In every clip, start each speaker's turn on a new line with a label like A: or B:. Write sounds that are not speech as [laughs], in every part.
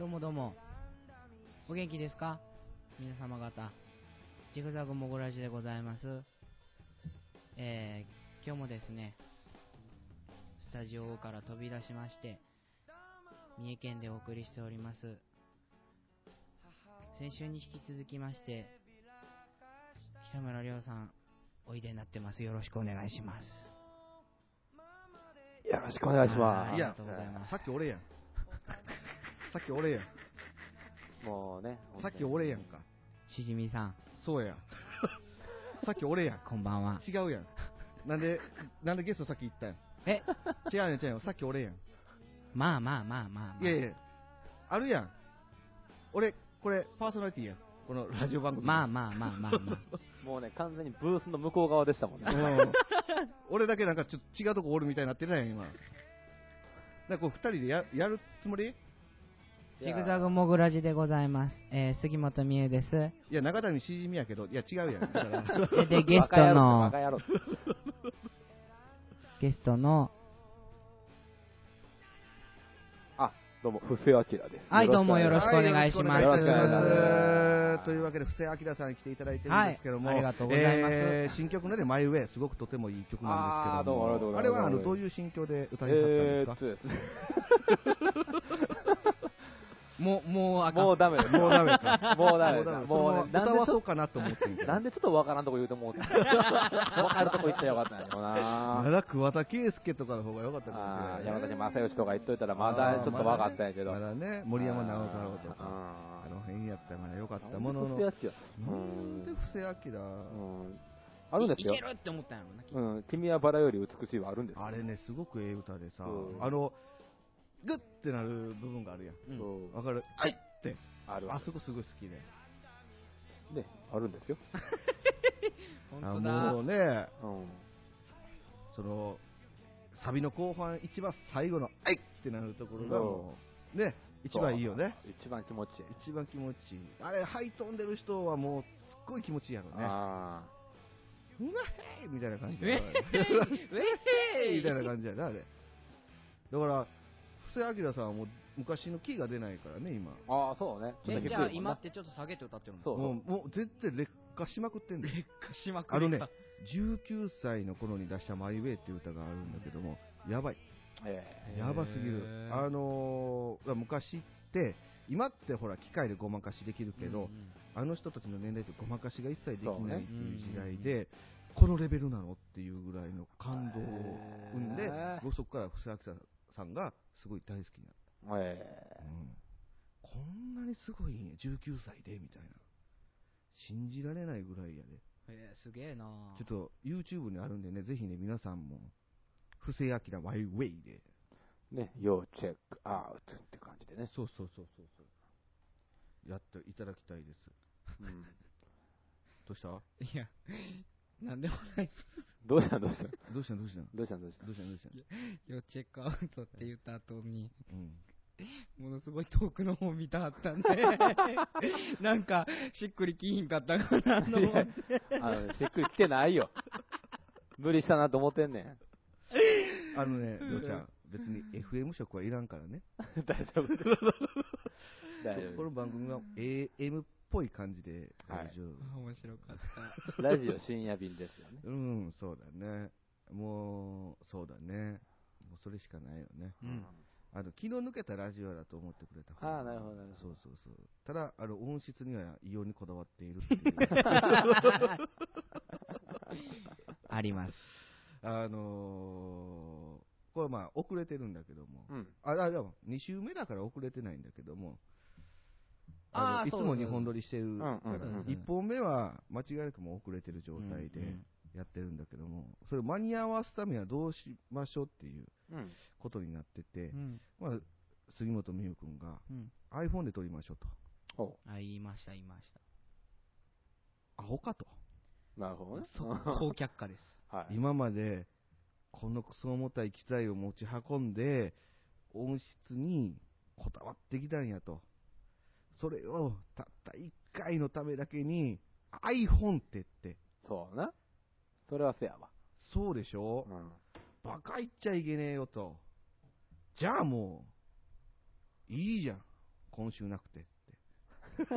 A: うもどうも。お元気ですか皆様方。ジグザグもごラジでございます。えー、今日もですね、スタジオから飛び出しまして、三重県でお送りしております。先週に引き続きまして、北村亮さん、おいでになってます。よろしくお願いします。
B: よろしくお願いし
A: あ
B: ま
A: り
C: い
A: が
C: や
A: とうございます、
C: さっき俺
B: [laughs]
C: やん。さっき俺やん。
B: す。もうね、
C: さっき俺やんか。
A: しじみさん、
C: そ
B: [laughs]
C: うやん。さっき俺やん。
A: こんばんは。
C: 違うやん。なんで、なんでゲストさっき言ったやん。
A: え、
C: 違うやん、違うやん。さっき俺やん。
A: まあまあまあまあ、まあ。
C: いやいや、あるやん。俺、これ、パーソナリティやん。このラジオ番組。
A: まあまあまあま [laughs] あまあ。
B: もうね、完全にブースの向こう側でしたもんね。
C: うん俺だけなんかちょっと違うとこおるみたいになってる
B: [laughs]
C: やん、今。だからこう二人でややるつもり
A: ジグザグモグラジでございます。えー、杉本美恵 [laughs] です。
C: いや、中谷しじみやけど、いや、違うやん。だか
A: で、
C: ら
A: でゲストの
B: バ、カ野郎バカ野郎
A: ゲストの、
B: あ、どうも、布施明です。
A: はいどうもよろしく
B: く
A: お願いします
C: はいよろしくお願いします
B: よろしくお願いします
C: というわけで、布施明さんに来ていただいてるんですけども、
A: はいありがとうございます
C: えー新曲のね、マイウェイ、すごくとてもいい曲なんですけども、
B: あーどうもありがとうござい
C: あれ
B: ます
C: はあのどういう心境で歌いに
B: え
C: 立
B: ー
C: ったん
B: っ
C: です
B: と、
C: か
B: ですね
A: もう、もうあかん。
B: もうダメです。
C: もうダメか
B: もうダメです
C: もう
B: もうね
C: その歌わそうかなと思ってんけど
B: なんでちょっとわからんとこ言うと思うて。わかるとこ言ったらよかったんやけど
C: な
B: な。
C: ら桑田佳祐とかの方が良かったかもしれ
B: あ
C: な
B: ー
C: い、
B: 山崎正義とか言っといたらまだちょっとわかったんやけど。
C: まだね、森山直太朗とか、
B: あ
C: あ
B: ー
C: の辺やったらまだ良かったものの、
B: 布施
C: なん
B: 明うん
C: で布施明
B: うんあるんですよ
A: いい。けるって思ったんやろな、きっと
B: うん、君はバラより美しいはあるんですよ
C: あれね、すごくええ歌でさ
B: う、ん
C: あの、グッてなる部分があるやん。
A: うん
B: そう
C: わかるはいって。
B: ある
C: あ
B: あ
C: そこすごい好きで。
B: るねあるんですよ、
A: 本当
C: あ
A: だ
C: も。うね、
B: うん、
C: その、サビの後半、一番最後の、はいってなるところがもう、ね、一番いいよね。
B: 一番気持ちいい、
C: 一番気持ちいい。あれ、ハイ飛んでる人はもう、すっごい気持ちいいやろね。うわ
B: あ
C: へいみたいな感じ
A: ウ
C: で。
A: ェイ
C: み
A: ウ
C: たい
A: ェ
C: な
A: イ
C: 感じやな、あれ。だから、布施明さんはもう、昔のキーが出ないからね、今。
B: ーあーそうね
C: え
A: えじゃあ
B: 低いもん
A: 今
B: な
A: ってちょっと下げて歌ってるの
B: そう
C: もう、もう絶対劣化しまくってんだよ
A: 劣化しまく
C: あの
A: り
C: ね
A: か。、
C: 19歳の頃に出したマイウェイっていう歌があるんだけども、やばい。
B: え
C: やばすぎる
A: へ、ー
C: あのー昔って、今ってほら、機械でごまかしできるけど、
A: うん
C: あの人たちの年代ってごまかしが一切でき
B: そう
C: ない
B: ね
C: っていう時代で、このレベルなのっていうぐらいの感動を生んで
B: へー、
C: 僕そこから布施明さんがすごい大好きになっ
B: ーえ
C: た、うんこんなにすごいんや、19歳でみたいな、信じられないぐらいやで、
A: えーすげえな
C: ちょっと YouTube にあるんでね、ぜひね、皆さんも、布施明マイウェイで。
B: ーね要チェックアウトって感じでね、
C: そうそうそうそうそう。やっていただきたいです。
B: うん、
C: どうしたど
A: いや、なんでもないです。
B: どうしたどうした
C: うしたのどうしたの
B: どうしたどうした
C: どうしたのどうしたの
A: よ、チェックアウトって言った後に、
C: うん。
A: ものすごい遠くの方見たはったんで、 [laughs] なんか、しっくりきひんかったかなと思って。
B: あのねしっくり来てないよ無理したなと思ってんねん
C: あのね、りょうちゃん、別に FM 色はいらんからね。
B: 大丈夫大丈
C: この番組は AM っぽい感じで
B: は
C: 大
B: い
C: 丈夫。
A: 面白かった。
B: 夫ラジオ深夜便ですよね
C: うん、そうだね。もう、そうだね。もうそれしかないよね。
A: うん
C: あの、気の抜けたラジオだと思ってくれた方が
B: あーなるほどなるほど
C: そうそうそう。ただ、あの、音質には異様にこだわって
B: [laughs]
C: いるっていう。
A: あります。
C: あのーこれまあ遅れてるんだけども、
B: うん
C: ああでも2週目だから遅れてないんだけども、
A: あ
C: あの
A: ー
C: いつ
A: そう
C: も2本撮りしてる
B: ん
C: から、
B: うんうん
C: 1本目は間違いなくもう遅れてる状態で
A: うんうん
C: やってるんだけども、それを間に合わすためにはどうしましょうっていう
B: うん
C: ことになってて
A: う、ん。
C: まあ、杉本美優君が
A: うん。
C: iPhone で撮りましょうと、
B: お
A: あ、言いました、言いました。
C: アホかと、
B: なるほどね [laughs]
A: 速攻却下です。
B: はい
C: 今までこのクソ重たい機材を持ち運んで音質にこだわってきたんやとそれをたった1回のためだけに iPhone ってって
B: そうな。それはせやわ。
C: そうでしょ、
B: うん。
C: バカ言っちゃいけねえよとじゃあもういいじゃん今週なくてって。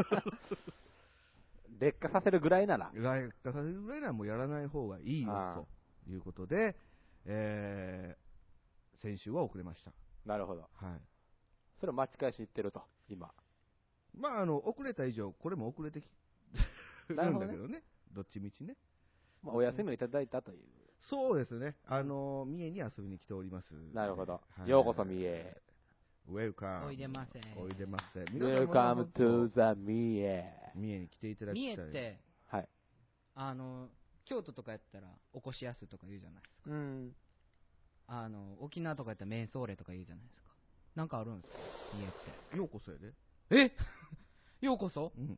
B: 劣化させるぐらいなら。
C: 来化させるぐらいならもうやらない方がいい
B: あ
C: よ
B: あ
C: ということで、えー先週は遅れました。
B: なるほど。
C: はい。
B: それを巻き返し言ってると、 [laughs] 今。
C: まあ、あの、遅れた以上、これも遅れてき、
B: な
C: な
B: る
C: ん
B: ほどね
C: だけどね。どっちみちね。
B: まあ、お休みをいただいたという。
C: そうですね。あの、三重に遊びに来ております。
B: なるほど
C: は。い
B: ようこそ三重。
C: ウェルカム。
A: おいでませ
C: おいでませ。
B: Welcome
C: 皆
B: to
C: 様
B: the 三重。
C: 三重に来ていただき
A: 三
C: たい。
A: 重って、
B: はい。
A: あの、京都とかやったら、起こしやすとか言うじゃないですか。
B: うん。
A: あの、沖縄とかやったら、メンソーレとか言うじゃないですか。なんかあるんですか三重っ
C: ようこそやで。
A: て。えようこそ
C: うん。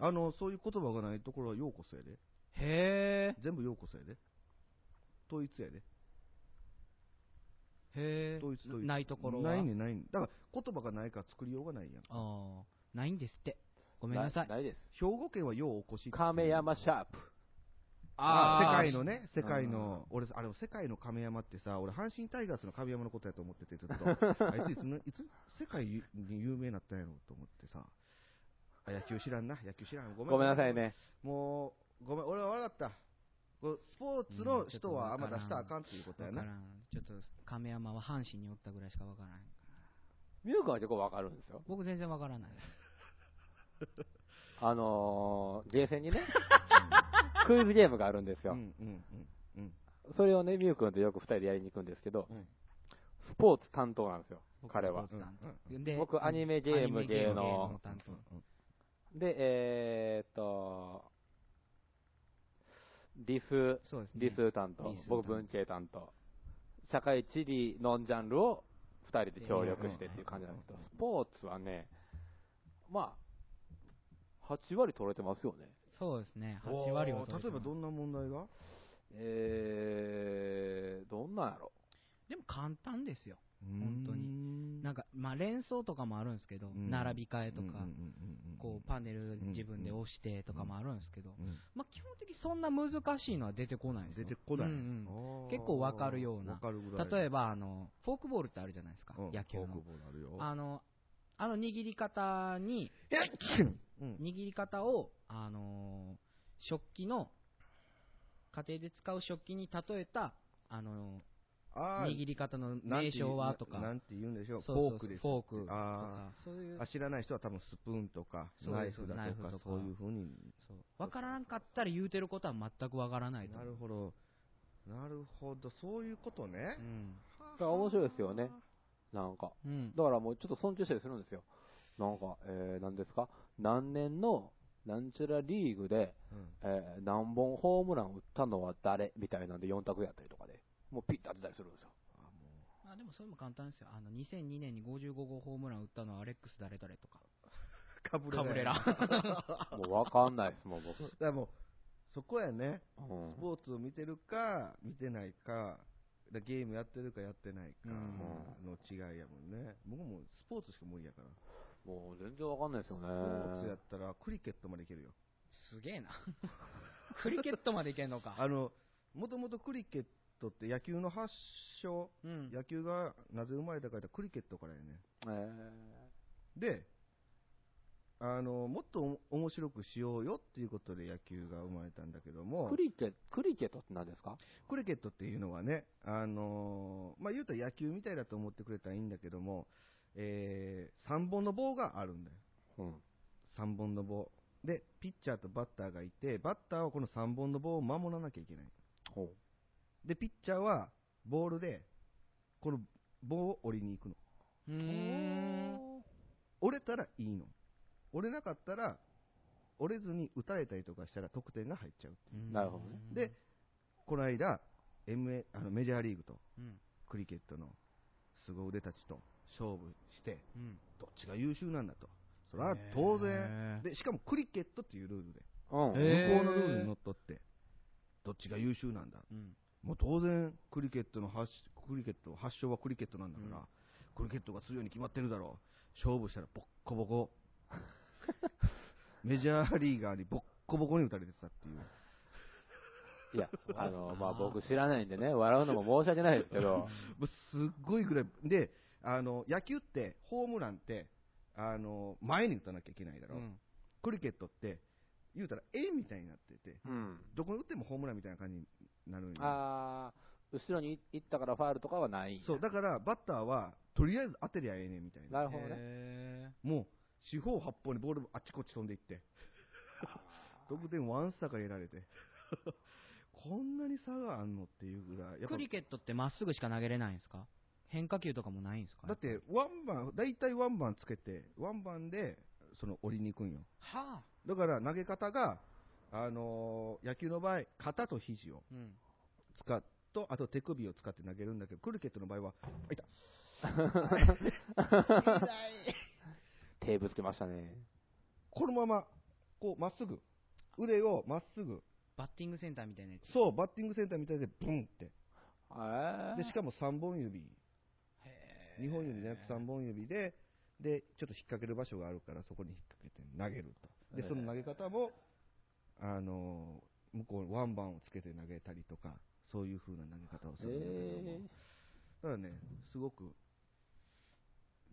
C: あの、そういう言葉がないところはようこそやで。
A: へ
C: 全部ようこそやで。統一やで。
A: え。へ
C: 統一
A: え。な
C: 統一。
A: ないところは。
C: ないね、ないね。だから言葉がないから作りようがないやん。
A: ああ、ないんですって。ごめんなさい。
B: ないです。
C: 兵庫県はようおこしっていう。
B: 亀山シャープ。
C: あ
A: ー
C: 世界のね、世界の、俺、あれ、世界の亀山ってさ、俺、阪神タイガースの亀山のことやと思ってて、ずっと。
B: [laughs]
C: あいつ、いつの、いつ、世界に有名になったんやろと思ってさ。あ、野球知らんな、野球知らん。ごめん。
B: ごめんなさい。ね。
C: もう、ごめん、俺は悪かった。こうスポーツの人はあんま出したらあかんっていうことや
A: わ
C: な
A: か。らん。ちょっと、亀山は阪神におったぐらいしかわからない。
B: ミュークは結構わかるんですよ。
A: 僕全然わからない。
B: あのー、ゲーセンに [laughs] ね、クイズゲームがあるんです
C: う
B: よ。
C: ん、うん、うん、うん。
B: それをね、ミュー君とよく二人でやりに行くんですけど、
C: うん
B: スポーツ担当なんですよ、
A: 僕
B: 彼は
A: スポ。ーツ担当
C: うん
A: で
B: 僕アニメゲーム
A: アニメ
B: 芸
A: 芸
B: 能
A: 能担当。
B: で、えー、っと、理数、
A: そうですね。
B: 理数担当、
A: 理数担当
B: 僕文系担当、社会地理、ノンジャンルを二人で協力してっていう感じなんですけど、スポーツはね、まあ、8割取れてますよね。
A: そうですね。8割を
C: おー例えばど
A: ん
C: んな問題が
B: えー、どんなんやろ
A: でも簡単ですよ。
C: 本
A: 当に
C: に
A: なんか、まあ連想とかもあるんですけど、
C: うん
A: 並び替えとか、こうパネル
C: うん
A: 自分で押してとかもあるんですけど、
C: うん、
A: まあ基本的にそんな難しいのは出てこないです
C: 出
A: よ
C: てこな
A: う
C: い、
A: んうん
C: あー
A: 結構わかるような
C: わかるぐらい
A: 例えばあのフォークボールってあるじゃないですか、
C: うん
A: 野球
C: フォーク
A: の
C: ボールあるよ
A: あのあの握り方に
C: うん
A: 握り方を、あのー食器の家庭で使う食器に例えた、あの
C: あ
A: ー
C: ー
A: 握り方の
C: なんて
A: 名
C: 言う
A: 称はとか
C: ななんて言うんでしょう
A: そうそうそう
C: フォークです
A: フォークと
C: あ
A: かそういう
C: あ知らない人は多分スプーンとか
A: そう
C: ナイ
A: です
C: フだ
A: ナイ
C: と
A: フ
C: か
A: とか
C: そういうふうに
A: そう分からんかったら言うてることは全くわからないと
C: な
A: 思う
C: るほどなるほどそういうことね
A: う、ん
B: だから面白いですよねう。なんか。
A: うん
B: だからもうちょっと尊重したりするんですよ。なんか、えー、なんですか何年のなんちゃらリーグで、
C: うん
B: えー何本ホームラン打ったのは誰みたいなんで4択やったりとかで、もうピッて当てたりするんですよ。
C: あも
A: まあ、でもそれも簡単ですよあの2002年に55号ホームラン打ったのはアレックス誰々とか
C: うかぶれ
A: カブレ
C: [laughs]
A: ラ
B: もうわかんないですもん、僕。
C: だからもうそこやね
B: うん
C: スポーツを見てるか見てないかだゲームやってるかやってないか
A: うん
C: の違いやもんね僕もスポーツしか無理やから
B: もう全然わかんないですよね。
C: スポーツやったらクリケットまでいけるよ。
A: すげえ
C: [laughs]
A: なクリケットまでいけんのか
C: あの、もともとクリケットって野球の発祥、
A: うん
C: 野球がなぜ生まれたかってクリケットからやね。
B: えー
C: で、あの、もっとお面白くしようよっていうことで野球が生まれたんだけども、
B: クリケクリケットって何ですか
C: クリケットっていうのはね、あのーまあ、言うたら野球みたいだと思ってくれたらいいんだけども、え3本の棒があるんだよ。
B: うん。
C: 3本の棒。で、ピッチャーとバッターがいて、バッターはこの3本の棒を守らなきゃいけない。
B: ほう
C: で、ピッチャーはボールで、この棒を折りに行くの。
A: うーん
C: 折れたらいいの。折れなかったら、折れずに打たれたりとかしたら得点が入っちゃう。
B: なるほどね
A: うん
C: で、この間、MA、あのメジャーリーグと
A: うん
C: クリケットの凄腕たちと勝負して、
A: うん
C: どっちが優秀なんだと。それは当
A: へ
C: 然。
A: ー
C: で、しかもクリケットっていうルールで、
B: うん。
A: へー
C: 向こうのルールにのっとって、どっちが優秀なんだ。
A: うん
C: もう当然、クリケットの発クリケット発祥はクリケットなんだから、
A: うん
C: クリケットが強いに決まってるだろう、勝負したらボッコボコ、 [laughs] メジャーリーガーにボッコボコに打たれてたっていう、
B: いや、あ
C: [laughs]
B: の、まあ僕知らないんでね、笑うのも申し訳ないですけど、
C: もうすっごいぐらい、であの野球って、ホームランって、あの、前に打たなきゃいけないだろ。
A: うん
C: クリケットって、言うたら、円みたいになってて、
B: うん。
C: どこに打ってもホームランみたいな感じになるんよ。
B: あー後ろに行ったからファールとかはないんや
C: そう、だから、バッターは、とりあえず当てりゃええねんみたいな。
B: なるほどね。
A: へ
C: もう、四方八方にボールあっちこっち飛んでいって、得点ワンサか得られて、こんなに差があんのっていうぐら
A: ー
C: い、やっぱ
A: クリケットってまっすぐしか投げれないんですか変化球とかもないんですか
C: だって、ワンバン、大体ワンバンつけて、ワンバンで、その、折りに行くんよ。
A: はあ
C: だから、投げ方が、あのー野球の場合、肩と肘を
A: うん
C: 使っと、あと手首を使って投げるんだけど、クリケットの場合は、あいた、
B: 手ぶつけましたね。
C: このまま、こう、まっすぐ、腕をまっすぐ、
A: バッティングセンターみたいなやつ
C: そう、バッティングセンターみたいで、ブンって。
B: え
C: で、しかも3本指、
A: へー
C: 2本指じゃなく3本指で、で、ちょっと引っ掛ける場所があるから、そこに引っ掛けて投げると。で、その投げ方も、あのー向こう、ワンバンをつけて投げたりとか、そういう風な投げ方をするんだけども。ただね、すごく、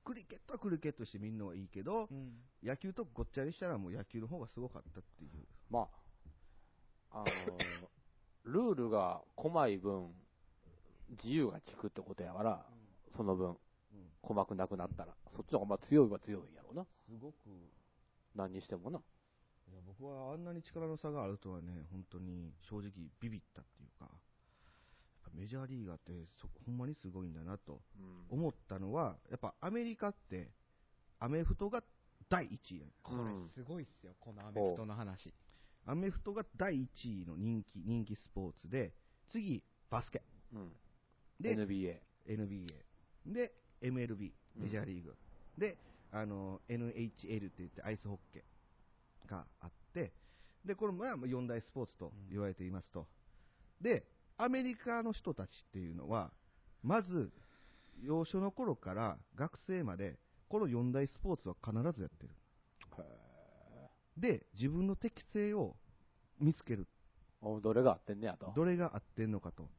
C: クリケットはクリケットしてみんなはいいけど
A: う、ん
C: 野球とごっちゃにしたらもう野球の方がすごかったっていう。
B: まあ、あのールールが細い分、自由が効くってことやから、その分、
C: うん
B: 細くなくなったら、そっちの方がまあ強いは強いやろうな。
C: すごく、
B: 何にしてもな。
C: いや僕はあんなに力の差があるとはね、本当に正直ビビったっていうか、やっぱメジャーリーガーってそほんまにすごいんだなと
B: うん。
C: 思ったのは、やっぱアメリカって、アメフトが第1位や
A: これすごいっすよこのアメフトの話
C: アメフトが第1位の人気、人気スポーツで、次、バスケ。
B: うん、
C: で、
B: NBA。
C: NBA。で、MLB、
B: うん
C: メジャーリーグ。で、あの、NHL って言ってアイスホッケーがあって、で、これもまあ4大スポーツと言われていますと。で、アメリカの人たちっていうのは、まず、幼少の頃から学生まで、この4大スポーツは必ずやってる。で、自分の適性を見つける。
B: おどれがあってんねやと。
C: どれが合ってんのかと。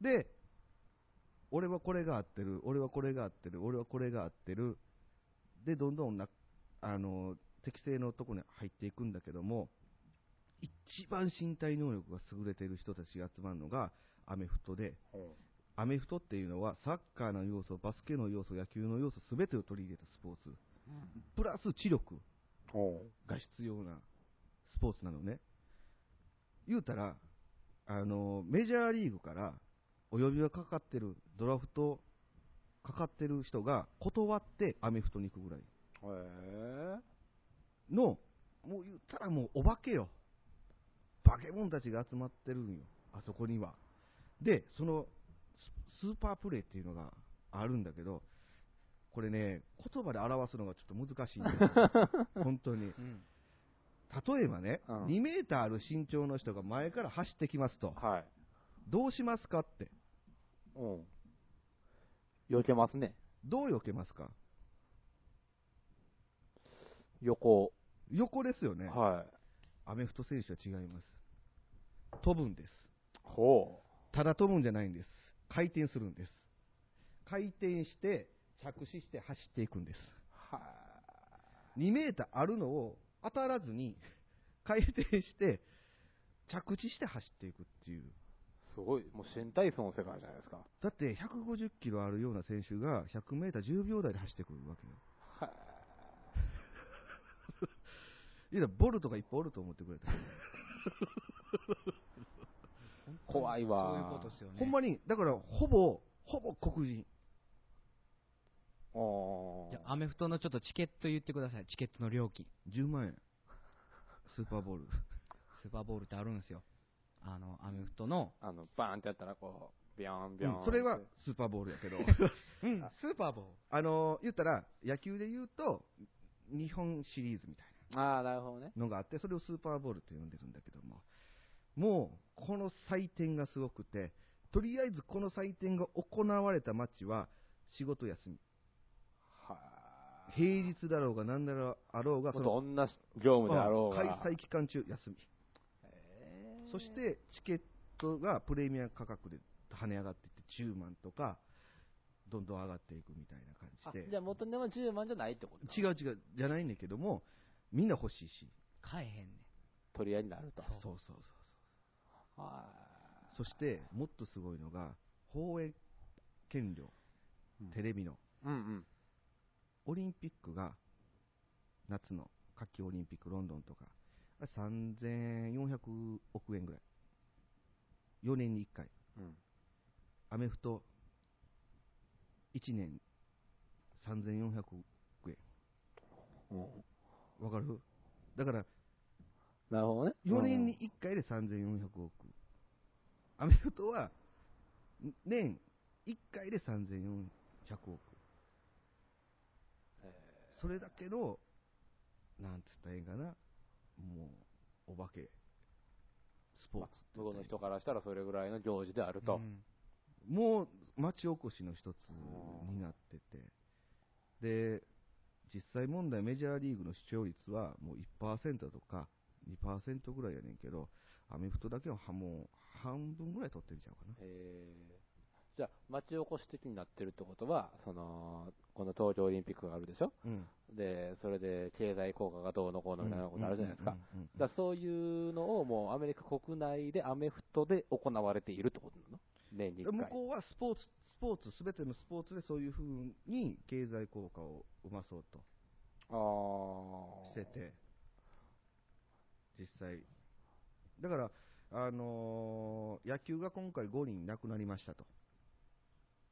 C: で、俺はこれが合ってる、俺はこれが合ってる、俺はこれが合ってる。で、どんどんな、あの、適正のとこに入っていくんだけども、一番身体能力が優れている人たちが集まるのがアメフトで、アメフトっていうのはサッカーの要素、バスケの要素、野球の要素、全てを取り入れたスポーツ。プラス知力。
B: お
C: が必要なスポーツなのね。言うたら、あの、メジャーリーグからお呼びがかかってる、ドラフトかかってる人が断ってアメフトに行くぐらい
B: へえ。
C: の、もう言ったらもうお化けよ。化け物たちが集まってるんよ。あそこには。で、そのススーパープレーっていうのがあるんだけど、これね、言葉で表すのがちょっと難しいんだ
B: [laughs]
C: よ本当に。
A: うん
C: 例えばね、
B: うん
C: 2メーターある身長の人が前から走ってきますと、
B: はい。
C: どうしますかって、
B: うん。避けますね。
C: どう避けますか
B: 横。
C: 横ですよね。
B: はい。
C: アメフト選手は違います。飛ぶんです。
B: ほ
C: ただ飛ぶんじゃないんです。回転するんです。回転して、着地して走っていくんです。
B: う。は
C: 2メーターあるのを当たらずに、回転して、着地して走っていくっていう。
B: すごい。もう新体操の世界じゃないですか。
C: だって150キロあるような選手が100メーター10秒台で走ってくるわけよ。
B: はい。
C: いや、ボルトがいっぱいおると思ってくれた。
B: 怖いわ
A: そういうことっすよね
C: ほんまに、だから、ほぼ、ほぼ黒人。
B: お
A: じゃあアメフトのちょっとチケット言ってくださいチケットの料金
C: 10万円。スーパーボール。
A: スーパーボールってあるんですよあのアメフトの
B: あの、バーンってやったら、こう、ビョーンビョーン、
C: うんそれはスーパーボールや
A: [laughs]
C: けど、
A: うんスーパーボール
C: あのー、言ったら、野球で言うと、日本シリーズみたい
B: ああ、なるほどね。
C: なのがあって、それをスーパーボールって呼んでるんだけども、もう、この祭典がすごくて、とりあえずこの祭典が行われたマッチは、仕事休み。
B: は
C: 平日だろうが何だろうあろう
B: あ。
C: が、
B: も
C: そ
B: っ
C: の
B: と同じ業務であろう
C: 開
B: が。
C: 催期間中休み、そしてチケットがプレミア価格で跳ね上がっていって10万とかどんどん上がっていくみたいな感
B: あ
C: じで
B: じゃあ元値は10万じゃないってこと
C: 違う違うじゃないんだけどもみんな欲しいし
A: 買えへんねん。
B: 取り合いになると。
C: そうそうそう
B: は
C: そしてもっとすごいのが放映権料
B: うん
C: テレビの
B: い。うんうん。
C: オリンピックが夏の夏季オリンピックロンドンとかあ3400億円ぐらい4年に1回
B: うん。
C: アメフト1年3400億円
B: うん
C: わかるだから
B: なるほどね。
C: 4年に1回で3400億アメフトはん年1回で3400億それだけのなんつったらええんかなもうお化けスポーツって
B: 向こうの
C: 言ったらいい
B: 人からしたらそれぐらいの行事であると。
A: うん
C: もう町おこしの一つになってて、で、実際問題、メジャーリーグの視聴率はもう1%とか2%ぐらいやねんけど、アメフトだけははもう半分ぐらい取ってんちゃうかな。
B: えーじゃあ、町おこし的になってるってことは、その、この東京オリンピックがあるでしょ
C: うん。
B: で、それで経済効果がどうのこうのみたいなことあるじゃないですか。だ
C: うん
B: か
C: うんうんうん
B: らそういうのをもうアメリカ国内でアメフトで行われているってことなの年に1
C: 向
B: 回。
C: こうはスポーツ、スポーツ、すべてのスポーツでそういうふうに経済効果を生まそうと
B: ああ。
C: してて、実際。だから、あのー野球が今回5人亡くなりましたと。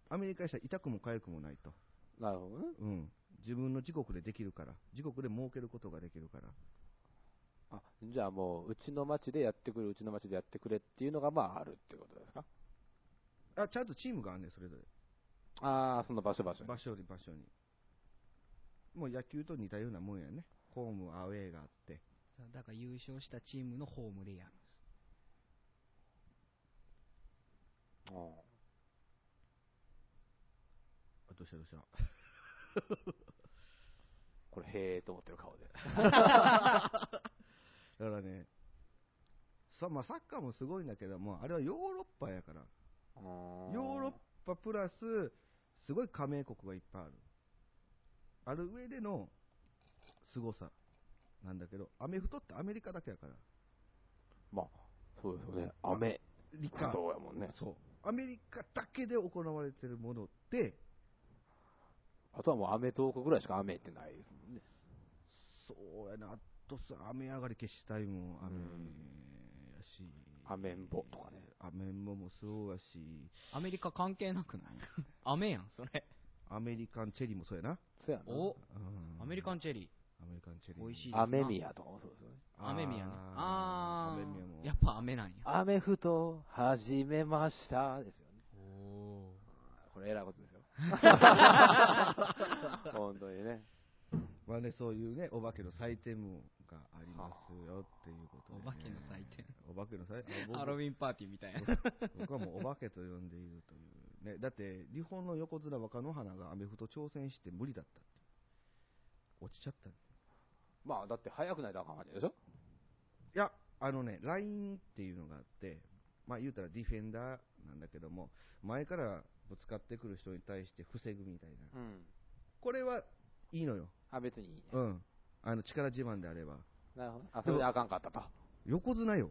C: アメリカにしたら痛くも痒くもないと。
B: なるほどね。
C: うん。自分の自国でできるから。自国で儲けることができるから。
B: あ、じゃあもう、うちの町でやってくれ、うちの町でやってくれっていうのが、まあ、あるってことですか
C: あ、ちゃんとチームがあんねんそれぞれ。
B: ああ、その場所場所に。
C: 場所に場所に。もう野球と似たようなもんやね。ホーム、アウェーがあって。
A: そうだから優勝したチームのホームでやるんです。
B: うん
C: あ、どうしたどうした。
B: これ、へえと思ってる顔で。
C: だからね、さまあ、サッカーもすごいんだけども、あれはヨーロッパやから。
B: ヨ
C: ヨーロッパプラス、すごい加盟国がいっぱいある。ある上での凄さなんだけど、アメフトってアメリカだけやから。
B: まあ、そうですよね。雨。
C: 理
B: そ
C: 科、
B: うやもんね。
C: そう。アメリカだけで行われてるものって、
B: あとはもう、雨東国ぐらいしか雨ってないですもんね。
C: そうやな、あとさ、雨上がり消したいもん、雨やし。
B: 雨んぼとかね。
C: 雨んぼもそうやし、
A: アメリカ関係なくない [laughs] 雨やん、それ。
C: アメリカンチェリーもそうやな。
B: そうやな。
A: お
C: うん
A: アメリカンチェリー。
C: アメリカンチェリー。
A: 美味しいですな
B: 雨宮とかもそうですよね。
A: 雨宮ね。あー。
C: 雨宮も。
A: やっぱ雨なんや。
B: 雨ふと、始めました。ですよね。
A: お
B: これ、偉いこと
C: [laughs]
B: ですよ。本当にね。
C: まあね、そういうね、お化けの祭典もがありますよっていうことで、ね。
A: お化けの祭典。
C: お化けの
A: [laughs]
C: 祭典。
A: ハロウィンパーティーみたいな。
C: 僕僕はもうお化けと呼んでいるという。ね、だって、日本の横綱若野花がアメフト挑戦して無理だったっていう落ちちゃった。い
B: まあ、だって、早くないとあかんわけでしょ
C: や、あのね、ラインっていうのがあって、まあ言うたらディフェンダーなんだけども、前からぶつかってくる人に対して防ぐみたいな。
B: うん。
C: これはいいのよ。
B: あ、別にいいね。
C: うん。あの、力自慢であれば。
B: なるほどね。あ、それであかんかったと。
C: 横綱よ。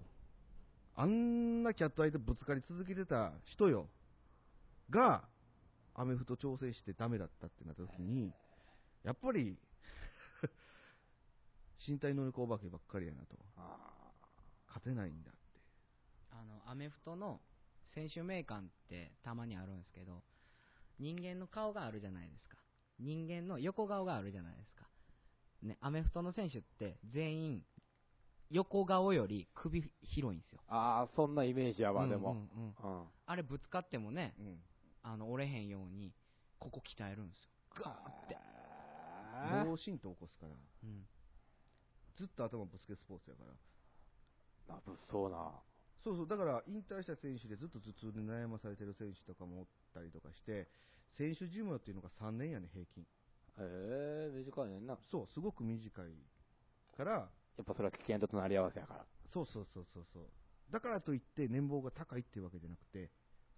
C: あんなキャット相手ぶつかり続けてた人よ。が、アメフト調整してダメだったってなった時に、やっぱり、 [laughs] 身体能力お化けばっかりやなと。
B: あ
C: 勝てないんだって。
A: あの、アメフトの選手名鑑ってたまにあるんですけど、人間の顔があるじゃないですか。人間の横顔があるじゃないですか。ね、アメフトの選手って全員、横顔より首広いんですよ。
B: あー、そんなイメージやわ、でも。
A: うんうんうん
B: うん。
A: あれぶつかってもね、
C: うん。
A: あの、折れへんように、ここ鍛えるんですよ。ガーって。
C: 脳震盪起こすから、
A: うん。
C: ずっと頭ぶつけスポーツやから。
B: なぶっそうな。
C: そうそう、だから引退した選手でずっと頭痛に悩まされてる選手とかもおったりとかして、選手寿命っていうのが3年やね、平均。
B: ええ短いねんな。
C: そう、すごく短いから、
B: やっぱそれは危険と隣り合わせやから。
C: そうそうそうそうそう。だからといって年俸が高いっていうわけじゃなくて、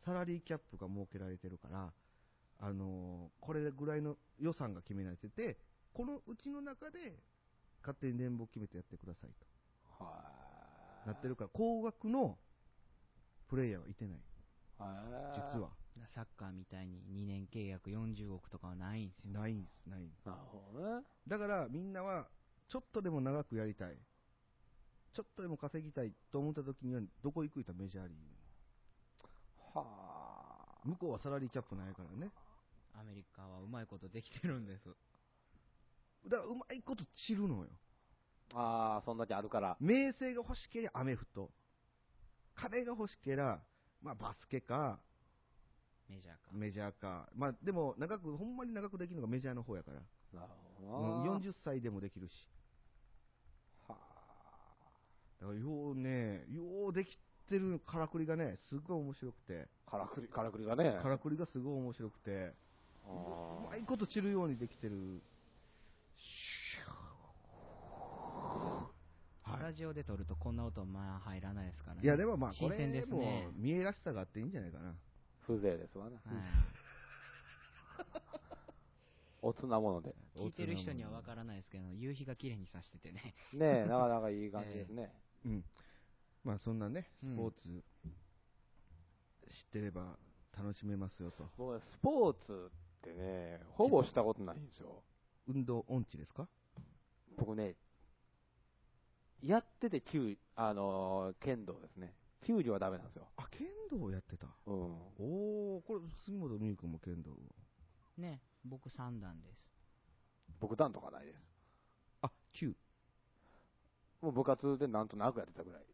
C: サラリーキャップが設けられてるから、あのーこれぐらいの予算が決められてて、このうちの中で勝手に年俸決めてやってください
B: は
C: となってるから、高額のプレイヤーはいてない、
B: は
C: 実は。
A: サッカーみたいに2年契約40億とかはないんですよ。
C: ないんです、ないんです。
B: なるほどね
C: だからみんなは、ちょっとでも長くやりたい、ちょっとでも稼ぎたいと思った時には、どこ行くいたらメジャーリーグ。
B: は
C: 向こうはサラリーキャップないからね。
A: アメリカはうまいことできてるんです。
C: だからうまいこと散るのよ。
B: あああそんだけあるから
C: 名声が欲しけりゃアメフト。金が欲しけりゃ、まあバスケか、
A: メジャーか。
C: メジャーか。まあでも、長く、ほんまに長くできるのがメジャーの方やから。
B: なるほど
C: もう
B: な
C: 40歳でもできるし。
B: は
C: だからようね、ようできてるからくりがね、すごい面白くて。
B: あからくりからくりがね
C: からくりがすごい面白くて。
B: あ
C: う
B: ー
C: まいこと散るようにできてる。
A: ス
C: は
A: タジオで撮るとこんな音まあ入らないですからね。
C: い。いや、でもまあ、こ
A: 新鮮
C: れ
A: です
C: も
A: ね。
C: 見えらしさがあっていいんじゃないかな。
B: 風情ですわね
A: はい
B: おつなもので
A: 聞いてる人には分からないですけど、夕日が綺麗にさしてて [laughs] ね。
B: ねえなかなかいい感じですね、
C: うん。まあ、そんなね、
A: うん
C: スポーツ、知ってれば楽しめますよと。
B: 僕ねスポーツってねほぼしたことないんですよ
C: 運動音痴ですか
B: 僕ねやってて球あのー剣道ですね球技はダメなんですよ
C: あ、剣道をやってた。
B: うん
C: おおこれ、杉本美優君も剣道を。
A: ね、僕3段です。
B: 僕段とかないです
C: あ、9。
B: もう部活でなんとなくやってたぐらい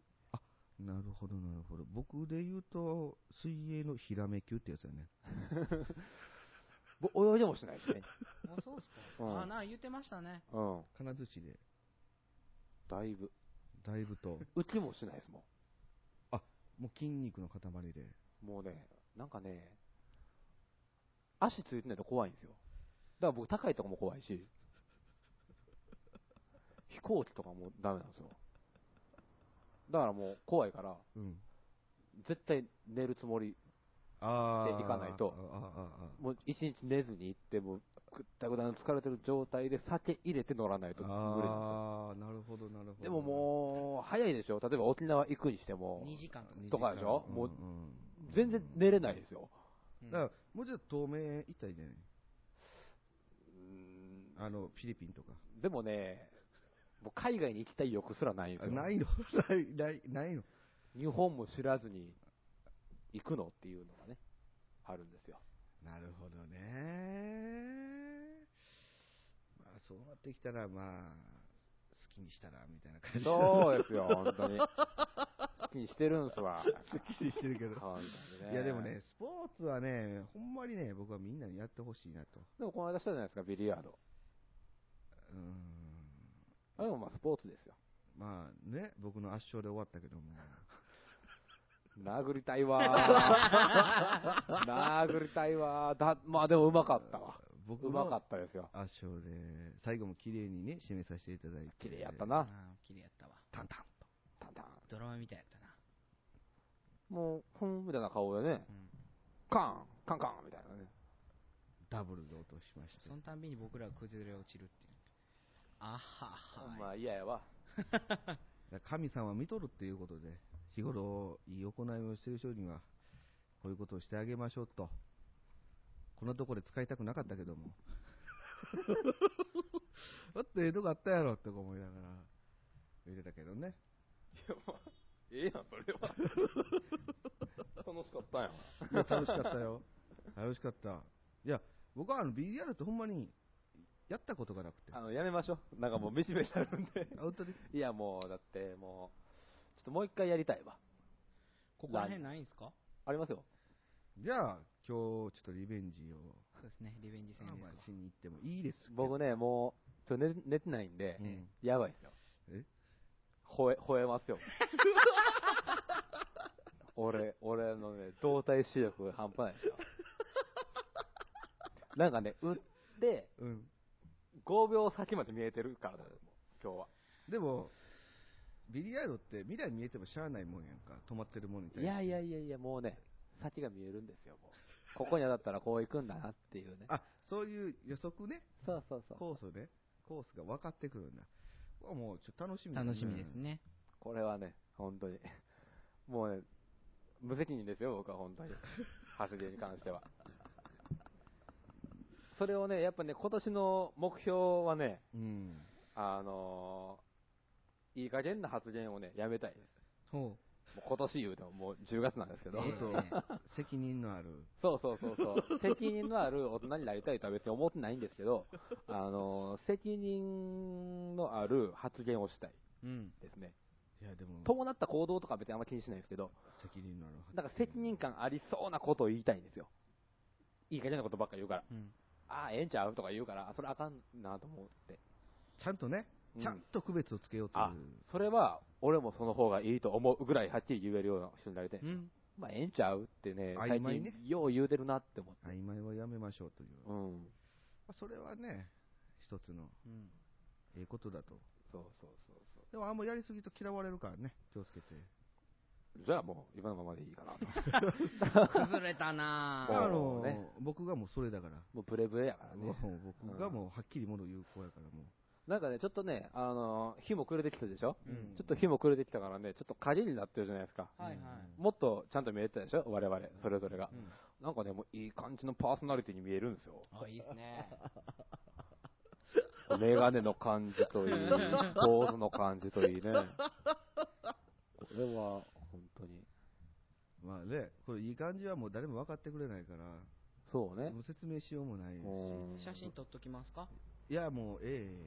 C: なるほど、なるほど。僕で言うと、水泳のひらめ級ってやつだね。
B: ぼ泳いでもしないしね
A: あ、そうです
B: う
A: か。 [laughs]
B: ん
A: あ、な、言ってましたね。
B: うん
C: 金槌で、
B: だいぶ
C: だいぶ [laughs] と。
B: 打ちもしないですも
C: もう筋肉の塊で。
B: んもうねなんかね足ついてないと怖いんですよだから僕高いとこも怖いし [laughs] 飛行機とかもダメなんですよだからもう怖いから
C: うん。
B: 絶対寝るつもり
C: あ
B: で行かないと
C: あああ
B: もう一日寝ずに行ってもぐったぐたの疲れてる状態で酒入れて乗らないと無理なんですよ
C: ああーなるほど、なるほど。
B: でももう、早いでしょ。例えば沖縄行くにしても、
A: 2時間とか。
B: とか
C: 二時間、
B: でしょもうん
C: ん
B: 全然寝れないですよ。
A: うん
C: だから、もうちょっと透明いったらいいんじゃないう
B: ーん
C: あの、フィリピンとか。
B: でもね、もう海外に行きたい欲すらないんです
C: あ
B: よ。
C: ないの [laughs] ない、ない、ないの
B: 日本も知らずに行くのっていうのがね、あるん
C: [laughs]
B: ですよ。
C: なるほどね。まあ、そうなってきたら、まあ、好きにしたら、みたいな感じ。
B: そうですよ、本
C: [laughs]
B: 当に。好きにしてるんすわ。
C: 好きに [laughs] してるけど。
B: 本当に
C: いや、でも。ね、スポーツはね、ほんまにね、僕はみんなにやってほしいなと。
B: でもこの間したじゃないですか、ビリヤード。
C: うーん。
B: あれもまあスポーツですよ。
C: まあね、僕の圧勝で終わったけ
B: [laughs]
C: ども。
B: 殴りたいわー。
C: [laughs]
B: 殴りたいわー。だ、まあでもうまかったわ。
C: 僕
B: うまか
C: の
B: ったですよ。
C: 圧勝で、最後も綺麗にね、締めさせていただいて。
B: 綺麗やった
A: あ
B: な。
A: 綺麗やったわ。
C: タンタンと。
B: タンタン。
A: ドラマみたいやったな。
B: もう、ふんみたいな顔でね、
A: うん。
B: カン、カンカンみたいなね。
C: ダブルで落としまして
A: そ。のたんびに僕らが崩れ落ちるっていう。あはは。
B: まあ嫌やわ。
C: だから神様は見とるっていうことで、日頃、いい行いをしている人には、こういうことをしてあげましょうと。このとこで使いたくなかったけども。もっとええとこあったやろって思いながら、言ってたけどね。
B: ええやん、そ
C: [laughs]
B: れは。楽しかったやん。
C: いや楽しかったよ。楽しかった。いや、僕はあの BDR ってほんまに、やったことがなくて。
B: あの、やめましょう。なんかもう、めしめしなるんで。
C: アウトで
B: いや、もう、だって、もう、ちょっともう一回やりたいわ。
A: ここら辺ないんすか
B: ありますよ。
C: じゃあ、今日ちょっとリベンジを、
A: そうですね、リベンジ戦ですわ。
C: しに行ってもいいですけど
B: 僕ね、もう、ちょ寝寝てないんで、
C: うん
B: やばいですよ。
C: え
B: 吠え、吠えますよ。俺、俺のね、動体視力が半端ないですよ。なんかね、打って、
C: うん。
B: 5秒先まで見えてるからだ、もう今日は。
C: でも、ビリヤードって未来見えてもしゃあないもんやんか。止まってるもんに対し
B: い
C: て。
B: やいやいやいや、もうね、先が見えるんですよ、もう。ここに当たったらこう行くんだなっていうね。
C: あ、そういう予測ね、
B: そうそうそう。
C: コースね、コースが分かってくるんだ。うわもうちょっと楽しみだ
A: 楽しみです。ね。
B: これはね、本当に。 [laughs] もうね、無責任ですよ、僕は
A: [laughs]
B: 本当に。発言に関しては。それをね、やっぱね、今年の目標はね、
C: うん。
B: あのーいい加減な発言をね、やめたいです。
A: ほ
B: もう今年言うてももう10月なんですけ
A: う
B: ど
A: え。え
C: 責任のある。
B: そうそうそうそう。責任のある大人になりたいとは別に思ってないんですけど、あのー責任のある発言をしたい
A: うん。
B: ですね。
C: いや、でも、
B: 伴った行動とか別にあんま気にしないんですけど、
C: 責任のある。
B: なんか責任感ありそうなことを言いたいんですよ。いい加減なことばっか言うから。
A: うん。
B: ああ、ええんちゃうとか言うから、あそれあかんなと思って。
C: ちゃんとね、
B: うん
C: ちゃんと区別をつけようとい
B: あ
C: う。
B: それは、俺もその方がいいと思うぐらいはっきり言えるような人になりたい。
A: うん。
B: まあ、ええんちゃうってね、
C: 曖
B: 最
C: 昧
B: 近
C: ね、
B: よう言うてるなって思って。
C: 曖昧はやめましょうという。
B: う
C: ま
B: ん。
C: あそれはね、一つの
A: うん。
C: ええことだと。
B: そうそうそうそ
C: でもあんまやりすぎと嫌われるからね、気をつけて。
B: う。じゃあもう、今のままでいいかなと。 [laughs]
A: 崩れたな
B: おー
A: ぁ。 [laughs]
C: あの、
B: ね
C: 僕がもうそれだから。
B: もうブレブレやから
C: も
B: ね。
C: う僕がもうはっきりもの言う子やからも
B: なんかね、ちょっとね、あのー、火も暮れてきたでしょ、
C: う。うん
B: ちょっと火も暮れてきたからね、ちょっと陰になってるじゃないですか。
A: はいはい。
B: もっとちゃんと見えてたでしょ我々、それぞれが
A: う。ん。
B: なんかね、もういい感じのパーソナリティに見えるんですよ。
A: あ、いいっすね。
B: メガネの感じといい、
A: [laughs]
B: ポーズの感じといいね。これは、本当に。
C: まあね、これいい感じはもう誰も分かってくれないから、
B: そうね
C: も。う説明しようもないし。
B: うん
A: 写真撮っときますか
C: いや、もうえ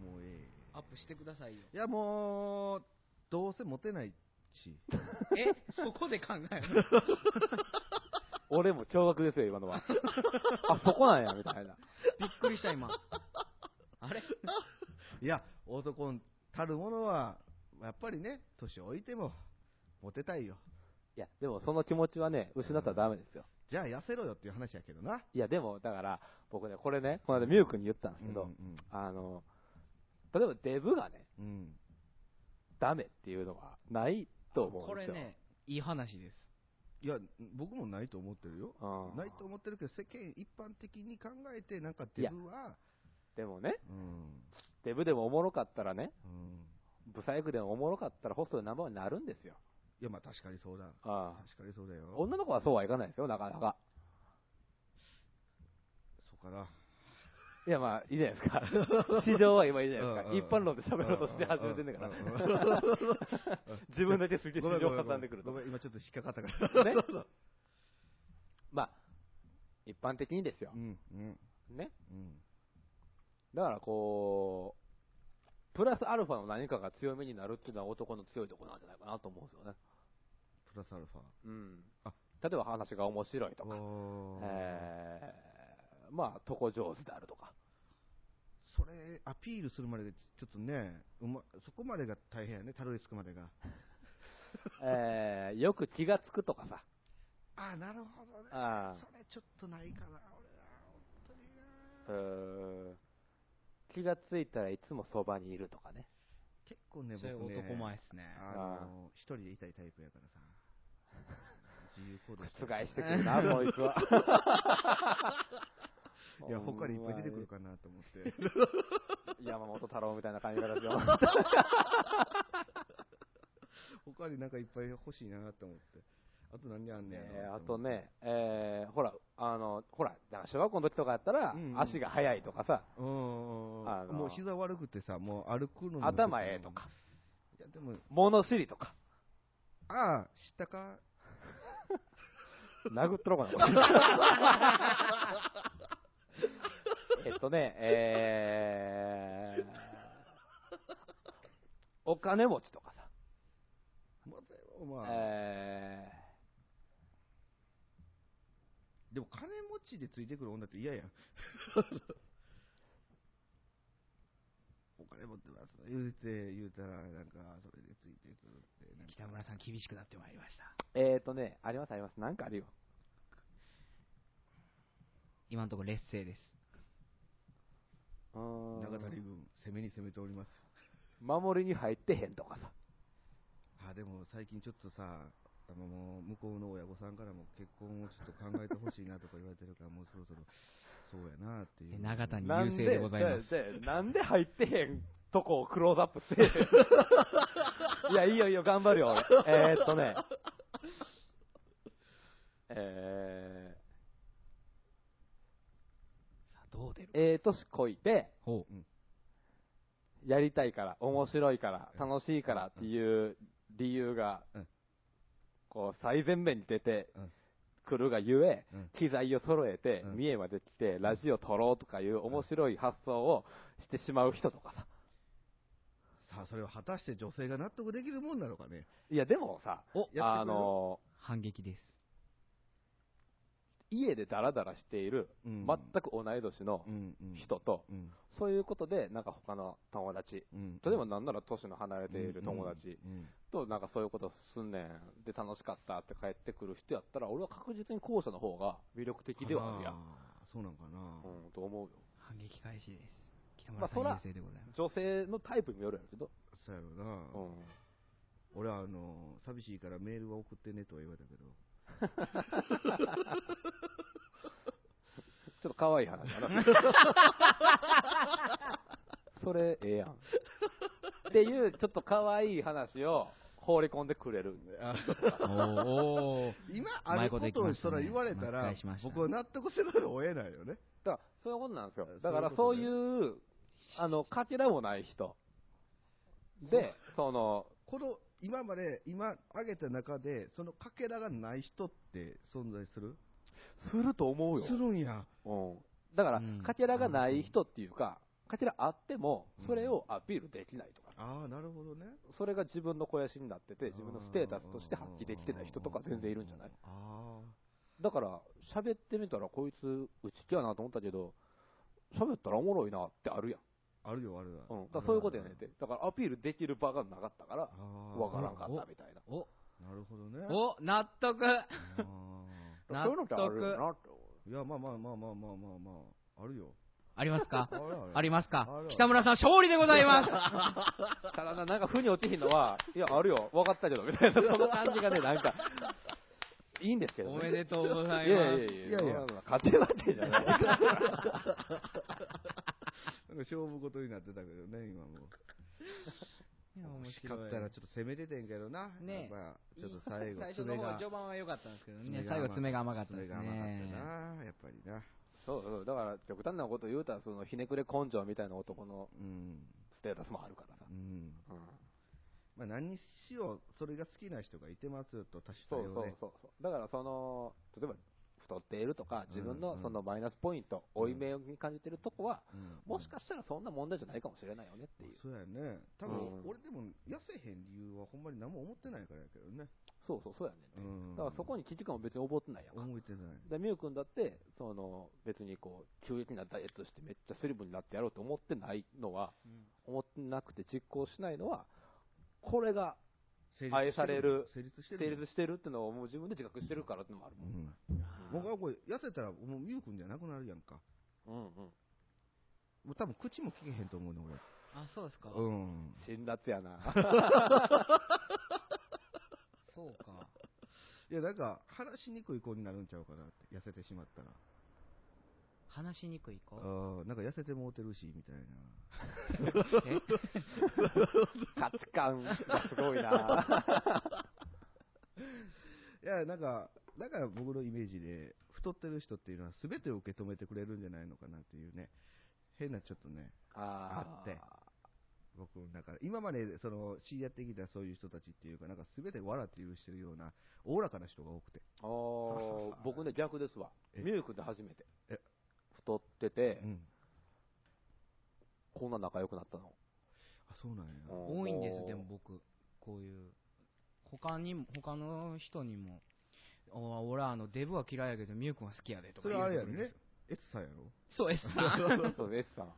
C: え。もうえ
A: アップしてくださいよ。
C: え。いや、もう、どうせモテないし。
A: え、そこで考え [laughs] る
B: 俺も驚愕ですよ、
A: [laughs]
B: 今のは。あ、そこなんや、みたいな。
A: びっくりした、今。あれ
C: いや、男たるものは、やっぱりね、年老いても、モテたいよ。
B: いや、でもその気持ちはね、失ったらダメですよ。
C: じゃあ痩せろよっていう話やけどな。
B: いや、でも、だから、僕ね、これね、この間ミュウ君に言ってたんですけど、
C: うん
B: あの、例えばデブがね、
C: うんうん
B: ダメっていうのはないと思うん
A: こ
B: で
A: れ
B: すよ。
A: ね、いい話です。
C: いや、僕もないと思ってるよ。
B: うん
C: ないと思ってるけど、世間一般的に考えて、なんかデブは、
B: でもね、
C: うん、
B: デブでもおもろかったらね、
C: うん。
B: ブサイクでもおもろかったらホストでナンバーワンになるんですよ。
C: いや、まあ確かにそうだ。
B: ああ
C: 確かにそうだよ。
B: 女の子はそうはいかないですよ、なかなか。
C: そうかな。
B: いや、まあ、いいじゃないですか。
C: [laughs]
B: 市場は今いいじゃないですか。
C: うんうん
B: 一般論で喋ろうとして始めてんだから。 [laughs]
C: ら。
B: 自分だけすげえ
C: ご
B: 市
C: めんごめ
B: 場
C: ん
B: 挟んでくる
C: ご
B: と。
C: め
B: ね
C: ん、今ちょっと引っかか
B: [laughs]
C: ったから。
B: まあ、一般的にですよ
C: う。ん、うん、
B: ね。
C: うん。
B: だからこう、プラスアルファの何かが強みになるっていうのは男の強いところなんじゃないかなと思うんですよね。
C: プラスアルファ。
B: うん
C: あ。
B: 例えば話が面白いとか、
C: おー
B: えー、まあ、床上手であるとか。
C: それ、アピールするまでがちょっとね、うま、そこまでが大変やね、たどり着くまでが。
B: えー、よく気がつくとかさ。
C: あ、なるほどね。
B: あ
C: それちょっとないかな、俺ら。本当に
B: ーう
C: な。
B: ーん気がついたらいつもそばにいるとかね。
C: 結構ね、
A: そういう
C: 僕ね、
A: 男前っすね。
C: あの、一人でいたいタイプやから
B: [laughs]
C: さ。自由行動したい
B: 覆してくるな、こいつは。
C: [laughs] いや、他にいっぱい出てくるかなと思って。
B: 山本太郎みたいな感じだらしよ。
C: 他になんかいっぱい欲しいなと思って。あと何あ [laughs] んね
B: ね
C: んや
B: えあ
C: ろな思
B: と
C: って。
B: ね、えー、ほら、あの、ほら、だから小学校の時とかやったら
C: うんう、ん
B: 足が速いとかさ、
C: うんうんうん
B: あの
C: もう膝悪くてさ、もう歩くのも
B: 頭ええとか、
C: いや、でも、
B: 物知りとか、
C: ああ、知ったか
B: 殴っとろうかな、
A: [laughs]
B: えっとね、えー、お金持ちとかさ、
C: まあ、でもまあ、
B: え
C: でも金持ちでついてくる女って嫌やん。 [laughs] お金持ってます、言うて、言うたら、なんか、それでついてくるって。なんか
A: 北村さん厳しくなってまいりました。
B: ー、えーとね、ありますあります、なんかあるよ。
A: 今のところ劣勢です。
B: うーん
C: 中谷軍、攻めに攻めております。
B: 守りに入ってへんとかさ。
C: あ、でも最近ちょっとさ、あのもう向こうの親御さんからも結婚をちょっと考えてほしいなとか言われて
B: [laughs]
C: るから、もうそろそろ、そうやなっていう。
A: 長谷
B: な
A: 優
B: ん
A: 勢
B: で、
A: でございます
B: じゃあじゃあなんで入ってへんとこをクローズアップせ
A: [laughs]
B: えいや、いいよいいよ、頑張るよ、俺。えーっとね。え
A: さあどう出る
B: ー、ええ年こいて、
A: ほ
B: やりたいから、面白いから、楽しいからっていう理由が
C: うん、
B: こう、最前面に出て
C: うん
B: くるがゆえ
C: うん、
B: 機材を揃えて
C: う、ん
B: 三重まで来て、ラジオ撮ろうとかいう面白い発想をしてしまう人とかさ。
C: さあ、それは果たして女性が納得できるもんなのかね。
B: いや、でもさ、
A: う。お
C: やってくれる
B: あの
A: 反撃です。
B: 家でダラダラしている、
C: うん
B: 全く同い年の
C: うんうん、
B: 人と、
C: うん、
B: そういうことで、なんか他の友達、
C: うん、
B: 例えばなんなら年の離れている友達
C: うん、うん
B: と、なんかそういうことすんねん、で楽しかったって帰ってくる人やったら、俺は確実に後者の方が魅力的ではあるやん、
C: あーそうなんかな、
B: うん、と思うよ。
A: 反撃開始です。北
B: まあ
A: 村さ
B: そ
A: ん
B: ら
A: 優勢でございます。
B: 女性のタイプにもよるやろけど、
C: そうやろな、
B: うん、
C: 俺はあの寂しいからメールは送ってねとは言われたけど、
B: ちょっと可愛い話だな。それ、ええやん。っていう、ちょっと可愛い話を放り込んでくれる。 [laughs]
A: おー
C: 今
A: う
C: あ
A: ま
C: る
A: い
C: こ
A: こと
C: と
A: いきま
C: を
A: し
C: そ
A: たね
C: ら言われた
A: まあ
C: ら
A: 返しました
C: 僕は納得せざるを得ないよね
B: だから、そういうことなんですよ。だから、そ
C: そうう
B: い、
C: いう
B: あの、かけらもない人。で、その、
C: この今まで今挙げた中でそのかけらがない人って存在する
B: すると思うよ
C: す。るんや
B: うん。だから
A: うん、
B: かけらがない人っていうか、かけらあっても、それをアピールできないとか、
C: ああなるほどね
B: それが自分の肥やしになってて、自分のステータスとして発揮できてない人とか全然いるんじゃない
C: あ
B: だから、喋ってみたら、こいつ、うちきやなと思ったけど、喋ったらおもろいなってあるやん。
C: ああるよあるよ、
B: うん。だからそういうことやねんて。だから、アピールできる場がなかったから、わ
C: わ
B: からんかったみたいな。
A: お、
C: なるほどね
A: お、納得
C: あー
A: お
B: そういうのってあるよなって思う。
C: いや、まあまあまあまあまあまあまあ、あるよ。
A: あります [laughs] か
C: あれあれ
A: ありますか
C: あれあれ
A: 北村さん勝利でございます
B: ただな、なんか、負に落ちひんのは、いや、あるよ、分かったけど、みたいな、その感じがね、なんか、いいんですけどね。
A: おめでとうございます。
B: いやいやいや、
C: いやいや
B: そんなの勝てるわけじゃない。
C: なんか勝負事になってたけどね、今もう。
A: いや面
C: 惜しか
A: 白い
C: ったらちょっと攻めててんけどな。
A: ねえ
C: やっぱちょっと [laughs] 最後、
A: 最初の
C: 爪
A: 方
C: が。
A: 序盤は良かったんですけど
C: 爪
A: ね
C: が
A: 最後爪が甘かったで
C: 爪
A: す
C: が甘か
A: ね
C: ったな、やっぱりな。
B: そうそう、だから、極端なこと言うたら、その、ひねくれ根性みたいな男の
C: うん。
B: ステータスもあるからさ
C: う。ん。
B: うん
C: まあ何にしよう、それが好きな人がいてますよと多
B: そう
C: 種多様
B: そう
C: ね。
B: そうそう。だから、その、例えば、太っているとか、自分の
C: うん
B: そのマイナスポイント、負い目に感じてるとこは、
C: うん
B: もしかしたらそんな問題じゃないかもしれないよねっていう。
C: そうやね。多
B: うん
C: 分、俺でも痩せへん理由はほんまに何も思ってないからやけどね。
B: そうそう、そうやねん
C: う
B: ね。
C: ん。
B: だから、そこに危機感を別に覚えてないやんか。
C: 思えてない。
B: でミュウ君だってその別にこう急激なダイエットしてめっちゃスリムになってやろうと思ってないのは
A: うん
B: 思ってなくて実行しないのはこれが
C: 成立して
B: 愛される
C: 成立して
B: 成
C: る。
B: 立してるってのをもう自分で自覚してるからってのもあるもん、
C: うん。僕はこれ痩せたらもうミュウ君じゃなくなるやんか
B: うんうん、
C: もう多分口も聞けへんと思うね俺
A: あそうですか
C: うん
B: 辛辣やな
A: そうか
C: いやなんか話しにくい子になるんちゃうかなって痩せてしまったら
A: 話しにくい子
C: あーなんか痩せてもうてるしみたいな
A: え
C: [laughs]
B: 価値観がすごいな
C: いやなんかだから僕のイメージで太ってる人っていうのは全てを受け止めてくれるんじゃないのかなっていうね変なちょっとね
B: あ
C: あって僕の中で今までその知り合ってきたそういう人たちっていうかなんか全て笑って許してるようなおおらかな人が多くて
B: あー僕ね逆ですわ
C: え
B: ミュウ君で初めて
C: え
B: 太ってて
C: うん
B: こんな仲良くなったの
C: あそうなんや
A: 多いんですでも僕こういう他にも他の人にもお俺はあのデブは嫌いやけどミュウ君は好きやでとか
C: それはあれやろ
A: 言うてく
C: ね
A: る
C: S さんやろ
A: そう S さん
B: [laughs] そう S さん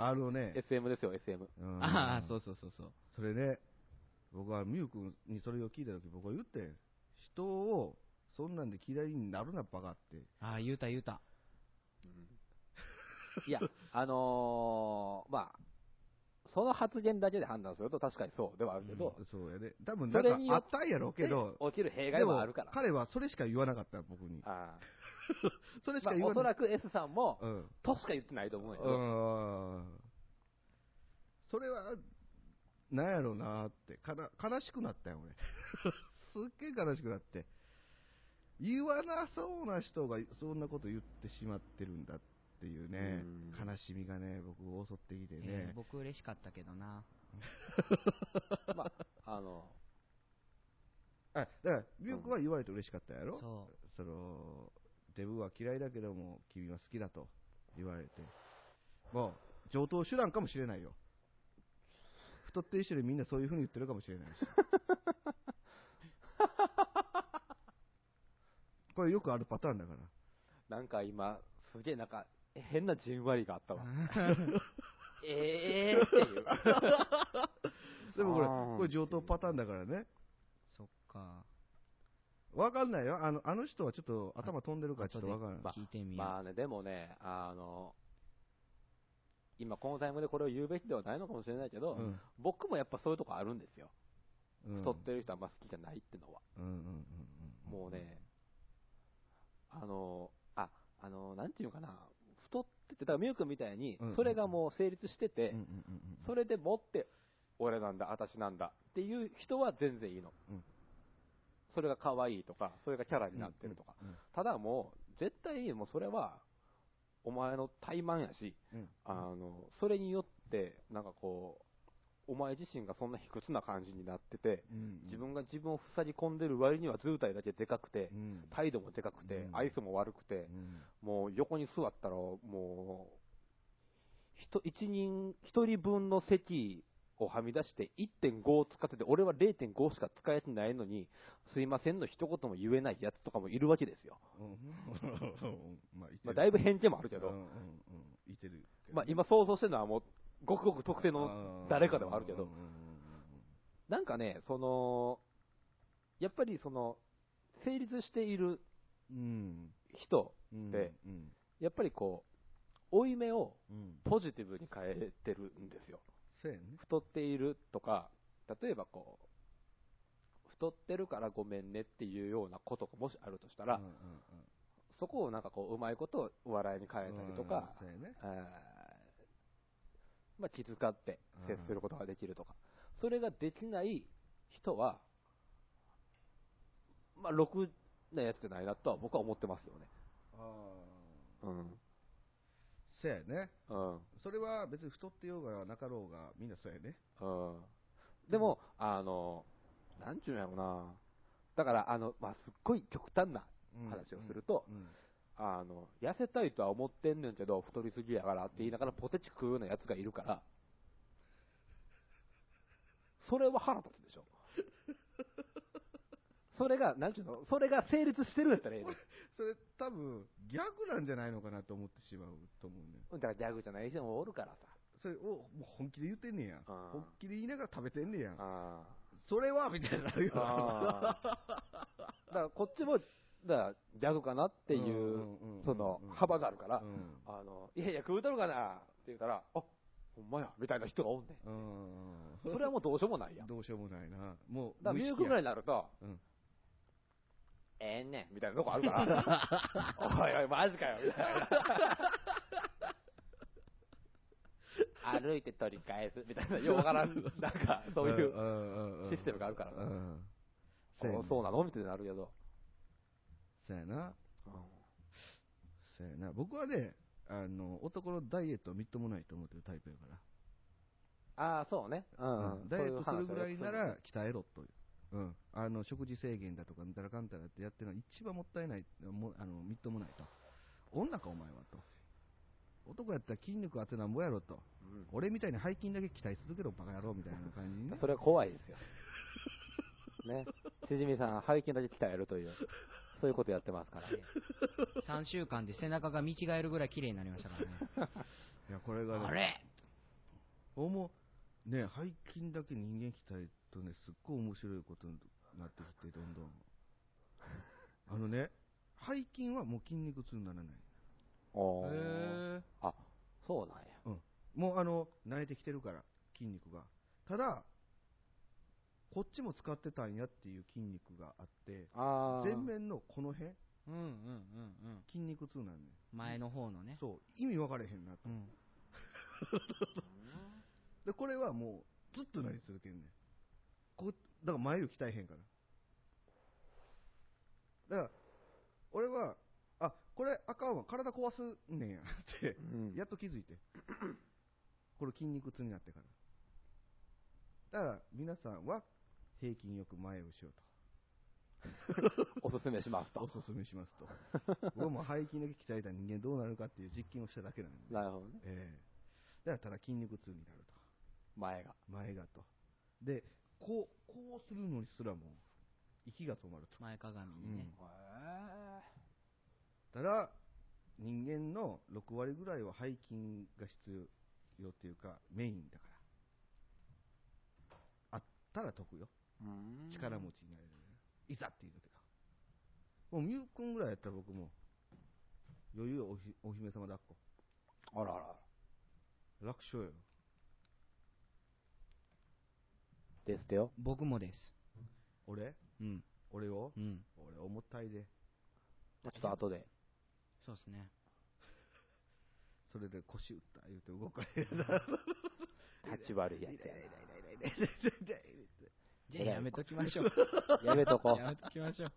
C: あのね
B: SM ですよ SM
C: うん
A: ああそうそうそうそう
C: それね、僕はミュウ君にそれを聞いたとき、僕は言ってん、人をそんなんで嫌いになるな、バカって。
A: [laughs] ああ言うた言うた
B: いや、あのーまあ、その発言だけで判断すると確かにそうではあるけど、
C: うんそうやね。多分なん
B: そ
C: か
B: れによ
C: あ
B: っ
C: ったんやろうけど、
B: で起きる弊害
C: で
B: は
C: も
B: あるから。
C: 彼はそれしか言わなかった、僕に。
B: ああ
C: それし
B: まあ
C: か言
B: お
C: わ
B: そ
C: なかっ
B: らく S さんも
C: た。、うん。
B: としか言ってないと思うよ。
C: うん。それは、なんやろうなーって。かな、悲しくなったよ、俺。 [laughs] すっげえ悲しくなって。言わなそうな人がそんなこと言ってしまってるんだっていうね、
B: うん
C: 悲しみがね、僕を襲ってきてね。
A: えー僕嬉しかったけどな。
B: まあ、あの、
C: あだから、ビュークは言われて嬉しかったやろ、
A: そ
C: そのデブは嫌いだけども、君は好きだと言われて、もう上等手段かもしれないよ、太ってる人にみんなそういうふうに言ってるかもし
B: [laughs]
C: れないし、これよくあるパターンだから、
B: なんか今、すげえなんか、変なじんわりがあったわ。ええーっていう。
C: でもこれ、
B: あー
C: これ上等パターンだからね、
A: そっか。
C: わかんないよ、あのあの人はちょっと頭飛んでるから、ちょっとわからない。
A: 後で聞いてみよう。
B: まあね、でもね、あの、今このタイムでこれを言うべきではないのかもしれないけど、
C: うん
B: 僕もやっぱそういうとこあるんですよ。
C: うん
B: 太ってる人はあんま好きじゃないってのは。
C: うんうんうんうん
B: もうね、あの、あ、あの、なんていうのかな、太ってて、だからミュウ君みたいに
C: うん、
B: それがもう成立してて、
C: うんうんうんうん
B: それでもって、俺なんだ、私なんだっていう人は全然いいの。
C: うん
B: それが可愛いとか、それがキャラになってるとか。
C: うん
B: ただもう、絶対もうそれは、お前の怠慢やし、
C: うん
B: あの、それによって、なんかこう、お前自身がそんな卑屈な感じになってて、
C: うん
B: 自分が自分を塞ぎ込んでる割には図体だけでかくて
C: う、ん
B: 態度もでかくて
C: う、ん
B: 愛想も悪くて
C: う、ん
B: もう横に座ったら、もう、人一人、一人分の席をはみ出して1.5を使ってて、俺は0.5しか使えてないのに、すいませんの一言も言えないやつとかもいるわけですよ。
C: うんまあ、いてる
B: まあ、だいぶ偏見もあるけ
C: うんう
B: ど、
C: んうんいてるけど
B: まあ、今想像してるのはもう、ごくごく特定の、誰かではあるけど
C: うんうんうん
B: なんかね、その、やっぱりその、成立している
C: うん
B: 人、
C: うん
B: で
C: うん
B: やっぱりこう、負い目を
C: うん
B: ポジティブに変えてるんですよ。
C: そうやね
B: 太っているとか、例えばこう、太ってるからごめんねっていうようなことがもしあるとしたら、
C: うんうん
B: そこをなんかこう、うまいこと笑いに変えたりとか、
C: うんそうやね
B: えーまあ、気遣って接することができるとか、それができない人は、まあ、ろくなやつじゃないなとは僕は思ってますよね。うん。
C: そうやね
B: うん。
C: それは別に太ってようがなかろうがみんなそうやね
B: うんでも、あの、なんちゅうんやろな。だから、あの、まあ、すっごい極端な
C: うん
B: 話をすると、
C: うん
B: あの、痩せたいとは思ってんねんけど、太りすぎやからって言いながらポテチ食うようなやつがいるから、それは腹立つでしょ。それが、なんちゅうの、それが成立してるんやったらええねん
C: それ多分ギャグなんじゃないのかなと思ってしまうと思うね
B: だからギャグじゃない人もおるからさ。
C: それをもう本気で言ってんねや
B: あー
C: 本気で言いながら食べてんねや
B: あ
C: それはみたいになるよ
B: あー。だからこっちも、だからギャグかなっていう、その幅があるから、あの、いやいや、食うとるかなって言うたら、あほんまや、みたいな人がおんね
C: うんうんうん [laughs]
B: ん。それはもうどうしようもないやん。だ
C: どうしようもないなもう
B: から、ミュークぐらいになると、
C: うん
B: ええねん、みたいなとこあるから、
C: [laughs]
B: おいおい、マジかよ、みたいな。歩いて取り返す、みたいな、ようわ
C: [laughs]
B: からん、なんか、そういう、
C: う
B: システムがあるから
C: うんうん
B: こうそうなのみたいになるけど。
C: そうやなそうやな僕はねあの男のダイエットをみっともないと思ってるタイプやか
B: ああ、そうね。う
C: ら、
B: んうん。
C: ダイエットするぐらいな
B: そうう話はよ
C: ら鍛えろという、うん、あの食事制限だとかなんたらかんたらってやってるのは一番もったいないもあのみっともないと女かお前はと男やったら筋肉あてなんぼやろと
B: くうん
C: 俺みたいに背筋だけ鍛え続けろバカ野郎みたいな感
A: [laughs]
C: じにね
B: それは怖いですよ。ね。しじみさん、背筋だけ鍛えるという、そういうことやってますからね。
A: 3週間で背中が見違えるぐらい綺麗になりましたからね。
C: いやこれがね
A: あれ
C: 思うね背筋だけ人間鍛えるとねすっごい面白いことになってきてどんどんあのね背筋はもう筋肉痛にならない
A: へ
B: おー
A: ー
B: あ、そうなんや。
C: もうあの慣れてきてるから筋肉が。ただ、こっちも使ってたんやっていう筋肉があって、
B: ああ。
C: 前面のこの辺、
A: うんうんうんうん。
C: 筋肉痛なんね
A: 前の方のね。
C: そう、意味分かれへんなと。
A: うん。
C: [laughs] で、これはもう、ずっとなり続けんねん。こだから前より鍛えへんから。だから、俺は、あ、これあかんわ、体壊すねんやって
B: う、ん。
C: やっと気づいて。これ筋肉痛になってから。だから、皆さんは、平均よく前をしようと。
B: おすすめします
C: お
B: と。
C: すすめしますと。僕も背筋だけ鍛えた人間どうなるかっていう実験をしただけなんで。
B: なるほどね。
C: ええだからただ筋肉痛になると。
B: 前が。
C: 前がと。で、こう、こうするのにすらも、息が止まると。
A: 前かがみにね。
C: ただ、人間の6割ぐらいは背筋が必要っていうか、メインだから。あったら得よ。
B: うん
C: 力。持ちになれる。いざっていう時が。もう、ミュウ君ぐらいやったら僕も、余裕おひお姫様抱っこ。
B: あらあら。
C: 楽勝よ。
B: ですってよ。
A: 僕もです。
C: 俺
A: うん。
C: 俺を
A: うん。
C: 俺重たいで。
B: ちょっと後で。
A: そうですね。
C: それで腰打った言うて動かれるな。
B: 8割やっ
C: 痛い痛い
B: て。
C: 痛い
A: じゃ
C: 痛い痛い痛い痛い
A: あやめときましょう。
B: [laughs] やめとこう。
A: やめときま
C: [laughs]
A: しょう。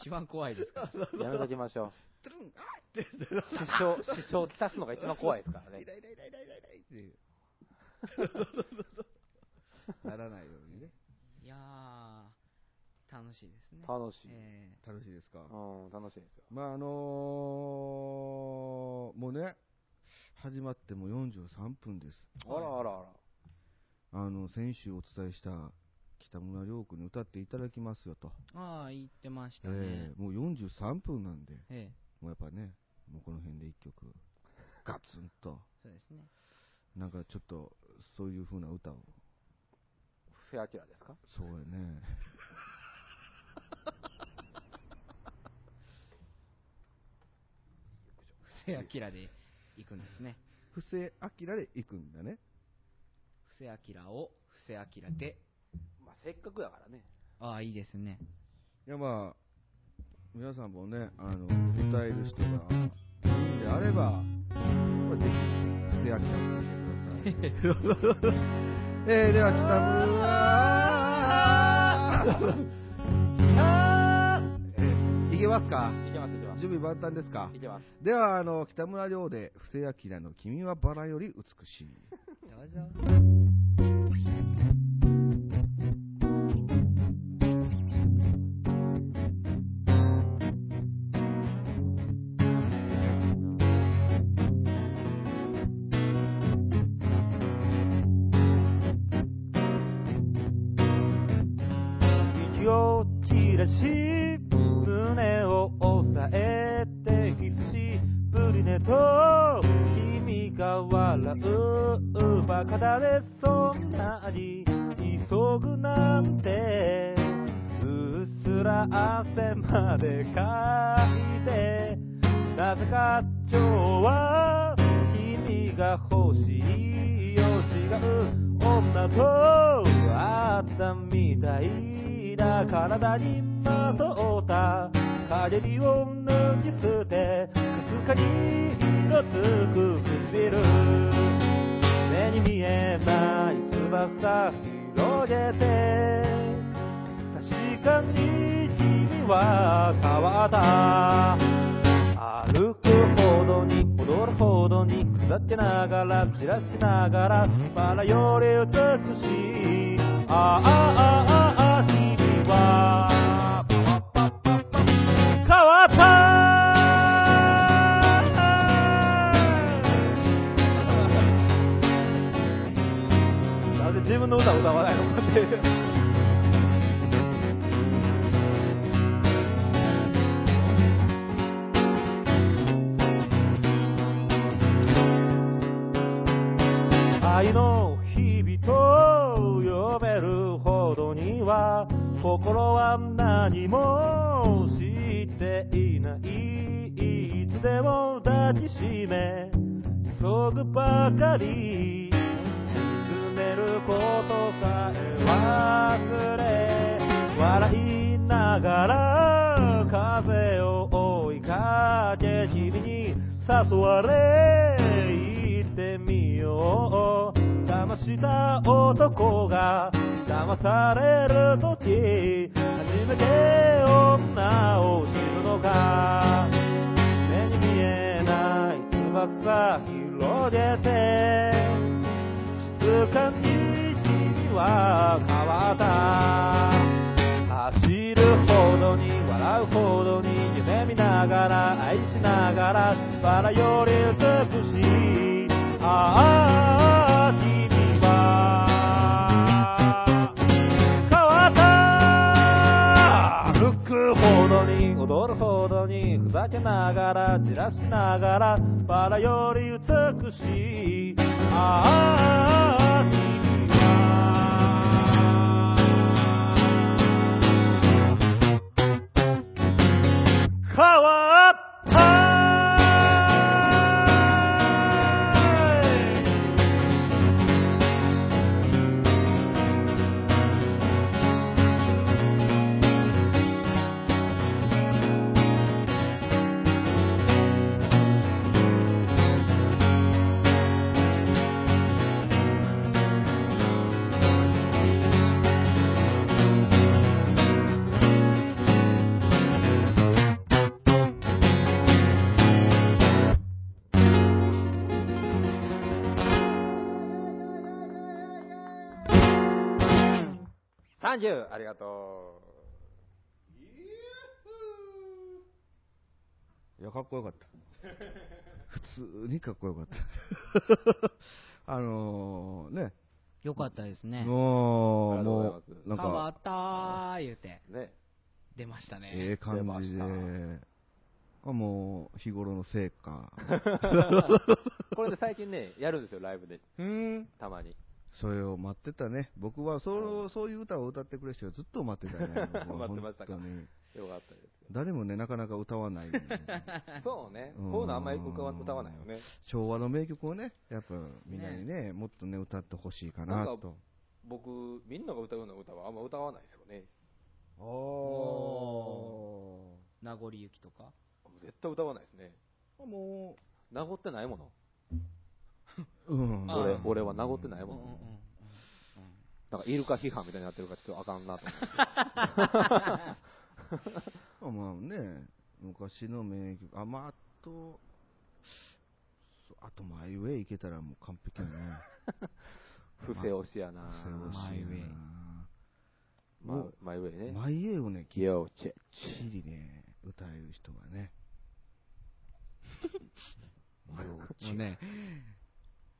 A: 一番怖いですから。
B: やめときましょう。
C: トゥルンあーって言って
B: 支障、支障をきたすのが一番怖いですからね
C: 痛。い痛い痛い痛い痛い痛いっていう。ならないようにね。
A: いやー、楽しいですね。
B: 楽しい。
A: え
C: 楽しいですか。
B: うん、楽しいですよ。
C: まああのー、もうね、始まってもう43分です。
B: あらあらあら。
C: あの、先週お伝えした北村亮君に歌っていただきますよと。
A: ー、ああ、言ってました
C: え
A: ね。
C: ーもう43分なんで、
A: ええ
C: もうやっぱね、もうこの辺で一曲、ガツンと、
A: そうですね。
C: なんかちょっと、そういう風な歌を。
B: 布施明ですか
C: そうやね。
A: 布施明で行くんですね。
C: 布施明で行くんだね。
A: 布施明を布施明で。
B: まあ、せっかくだからね。
A: ああ、いいですね。
C: いやまあ、皆さんもね、あの、歌える人がいるんであれば、まあぜひ、布施明を聞いてく [laughs] ださい。えー、では、北村えー、いけますか
B: いけます、いけます。
C: 準備万端ですか
B: いけます。
C: では、あの、北村亮で、布施明の君はバラより美しい。
A: どうぞ。
D: 息を切らし胸を押さえて久しぶりねと君が笑うバカだれそんなに急ぐなんてうっすら汗までかいてなぜか今日は君が欲しいよ違う女と会ったみたいな体にまとった陰りを脱ぎ捨てかすかに色つく唇目に見えない翼広げて確かに君は変わった歩くほどに踊るほどに下ってながら散らしながらバラより美しいああああああ君は変わったなぜ自分の歌を歌わないのかっていう愛の日々と呼べるほどには心は何も知っていないいつでも抱きしめ急ぐばかりれることさえ忘れ笑いながら風を追いかけ君に誘われ行ってみよう騙した男が騙される時初めて女を知るのか目に見えない翼広げて静かに君は変わった走るほどに笑うほどに夢見ながら愛しながらバラより美しいああ君は変わった歩くほどに踊るほどにふざけながらじらしながらバラより美しいああ君は変わった
B: 30ありがと
C: いや、かっこよか
B: [laughs]
C: った。普通にかっこよかった。
B: [laughs]
C: あのー、ね、
A: よかったですね。
C: も
B: あ
C: う、
B: りがとうござい
C: も
B: ます
C: う、なん
A: 変わ
C: か、
A: ったー言うて、
B: うね
A: 出ましたね。
C: ええ感じ
B: 出
C: で
B: ま、
C: あもう、日頃の
B: [laughs]
C: 成果、
B: これで最近ねやるんですよライブで
A: うーん。
B: たまに
C: それを待ってたね。僕は、そう、そういう歌を歌ってくれる人はずっと待ってた
B: [laughs]
C: ね。僕は
B: 待ってましたか
C: 本当に
B: よかったです
C: 誰もね、なかなか歌
B: [laughs]
C: わない、
B: そうね
C: うん
B: こういうのあんまり歌わ歌わないよね
C: 昭和の名曲をね、やっぱみんなにね、もっとね、歌ってほしいかな
B: なんか
C: と。
B: 僕みんなが歌うような歌はあんま歌わないですよね
A: お名残雪とか
B: 絶対歌わないですね
C: も
B: 名残ってないもの
C: う、うん、
A: あー
B: 俺俺は名残ってないうも
A: んうんうん
B: の
A: うん
B: なんかイルカ批判みたいになってるからちょっとあかんなと思って
C: まあね、昔の名曲、あ、まあ、あと、そうあと、マイウェイ行けたらもう完璧やね。
B: 不正押しやな
C: それ欲しいな
A: マイウェイ
B: まあマイウェイね
C: マイウェイをね、きっ
B: よチェッ
C: ちりね、歌える人はね。
A: もうね、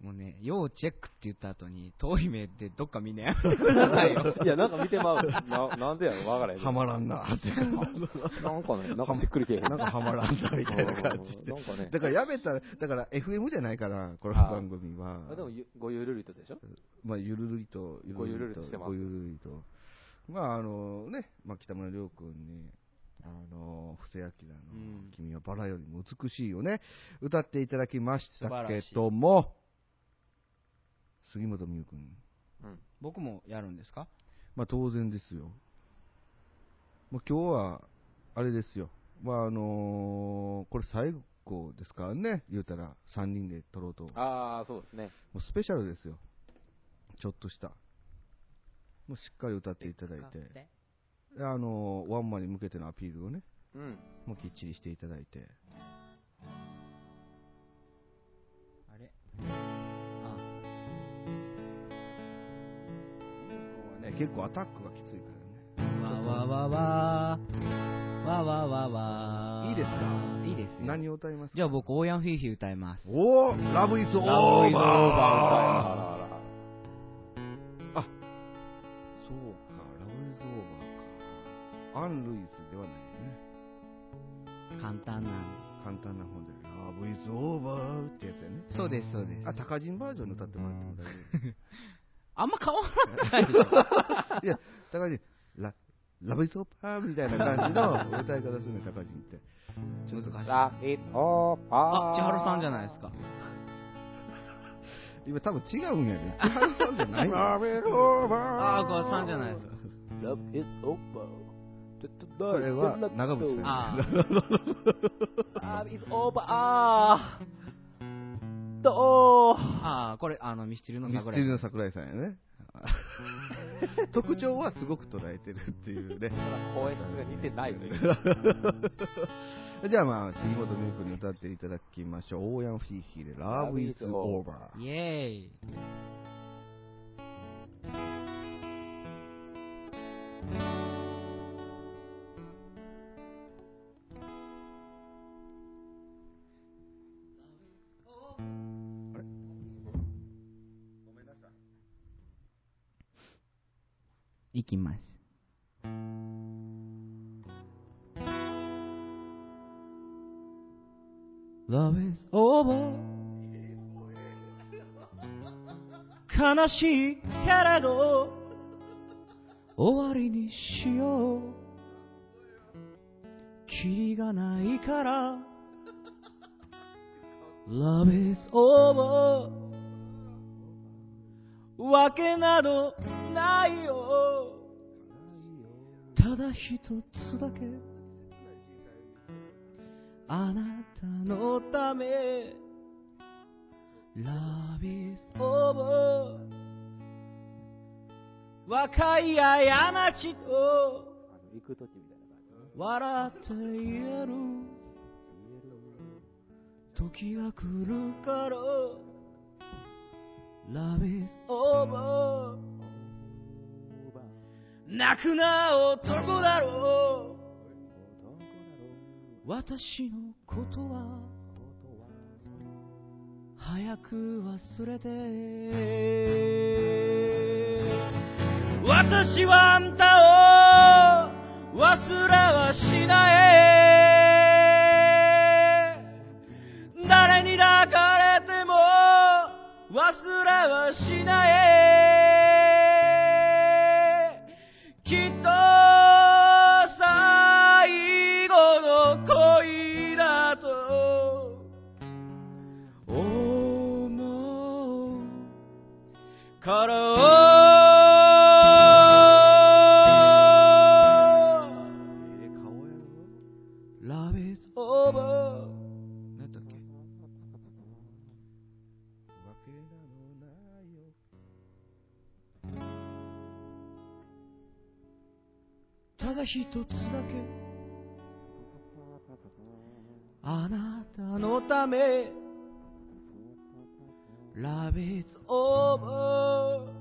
A: もうね、要チェックって言った後に、遠い目でどっかみんなやめてくださいよ。
B: いや、なんか見てまう。ななんでやろ、わからへん。
C: はまらん
B: [laughs]
C: なって。
B: なんかね、なんかしっくりけえへん。
C: なんかはまらんなみたいな
B: [laughs]
C: 感じで
B: うんなんかね。
C: だからやめたら、だから FM じゃないから、この番組は。
B: あでも、ゆごゆるりとでしょ
C: まあ、ゆるるりと、ゆ
B: ごゆる
C: るり
B: り
C: と
B: として、ます
C: ごゆるりと。まあ、あのね、まあ、北村亮君に、あの、布施明の
A: うん、
C: 君はバラよりも美しいよね、歌っていただきまし
A: 素
C: た
A: 晴
C: け
A: らしい
C: ども、杉本美優君、
B: うん。
A: [laughs] 僕もやるんですか
C: まあ、当然ですよ。もう今日は、あれですよ。まあ、あのこれ最後ですからね、言うたら、3人で撮ろうと。
B: ああ、そうですね。
C: もうスペシャルですよ。ちょっとした。もうしっかり歌っていただいて、であの、ワンマンに向けてのアピールをね、
B: うん。
C: もうきっちりしていただいて。
A: あれあ、
C: ね、結構アタックがきついから
A: わわわわわわわわ
C: いいですか
A: いいです
C: ね。
A: よ
C: 何を歌いますか
A: じゃあ僕、オーヤンフィーヒー歌います。
C: おおラブイズ
A: ラブイズオ
C: オー
A: ー
B: あらあ
C: バー
B: らあら
C: そうか、ラブイズオーバーか。アン・ルイスではないよね。
A: 簡単な。
C: 簡単な本で。ラブイズオーバーってやつやね。
A: そうです、そうです。
C: あ、高人バージョンで歌ってもらっても大丈夫。
A: あんま変わらないでしょ。
C: いや、高橋、ララブイズオーバーみたいな感じの歌い方するね、高橋って。
A: 難しい。
B: ライトオーバ
A: あ、
B: ー
A: 千春さんじゃないですか。
C: 今多分違うんやね。千春さんじゃない
B: ラ
C: よ。
B: ブ is over
A: ああ、これ3じゃないです。
B: Love is over
C: これは長渕さ
A: あ
C: ん
A: あ
C: や。
B: Love is over あーど
A: ああ、これ、あの、ミスチルの
C: ミスチ
A: 桜井
C: ルの桜井さんやね。特徴はすごく捉えてるっていうね。
B: う声質が似てないという
C: じゃあまあ、杉本美優子に歌っていただきましょう。オーヤンフィーヒーで Love is Over。
A: イエーイ。いきます。
D: Love is over 悲しいけれど終わりにしようキリがないから Love is over わけなどないよただ一つだけあなたのため Love is over 若い過ちと
B: 行く時みたいな感じ
D: 笑って言える時が来るから Love is over 泣くな男だろう私のことは早く忘れて私はあんたを忘れはしない誰に抱かれても忘れはしないきっと最後の恋だと思うから
C: え、顔やろ
D: Love is over
C: 何やったっけわけなのないよ
D: ただ一つだけあなたのため Love is over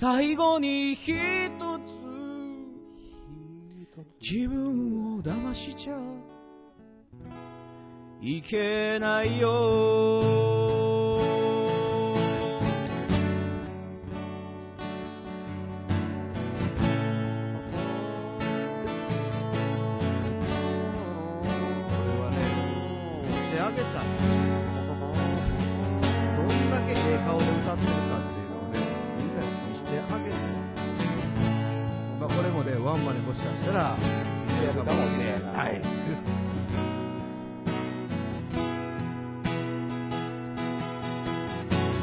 D: 最後に一つ自分を騙しちゃいけないよ
C: これはねしてあげたどんだけええ顔で歌ってるかっていうのをねみんなに見してあげてまあこれもねワンマンにもしかしたら
B: やるかもしれ
C: は
B: ないい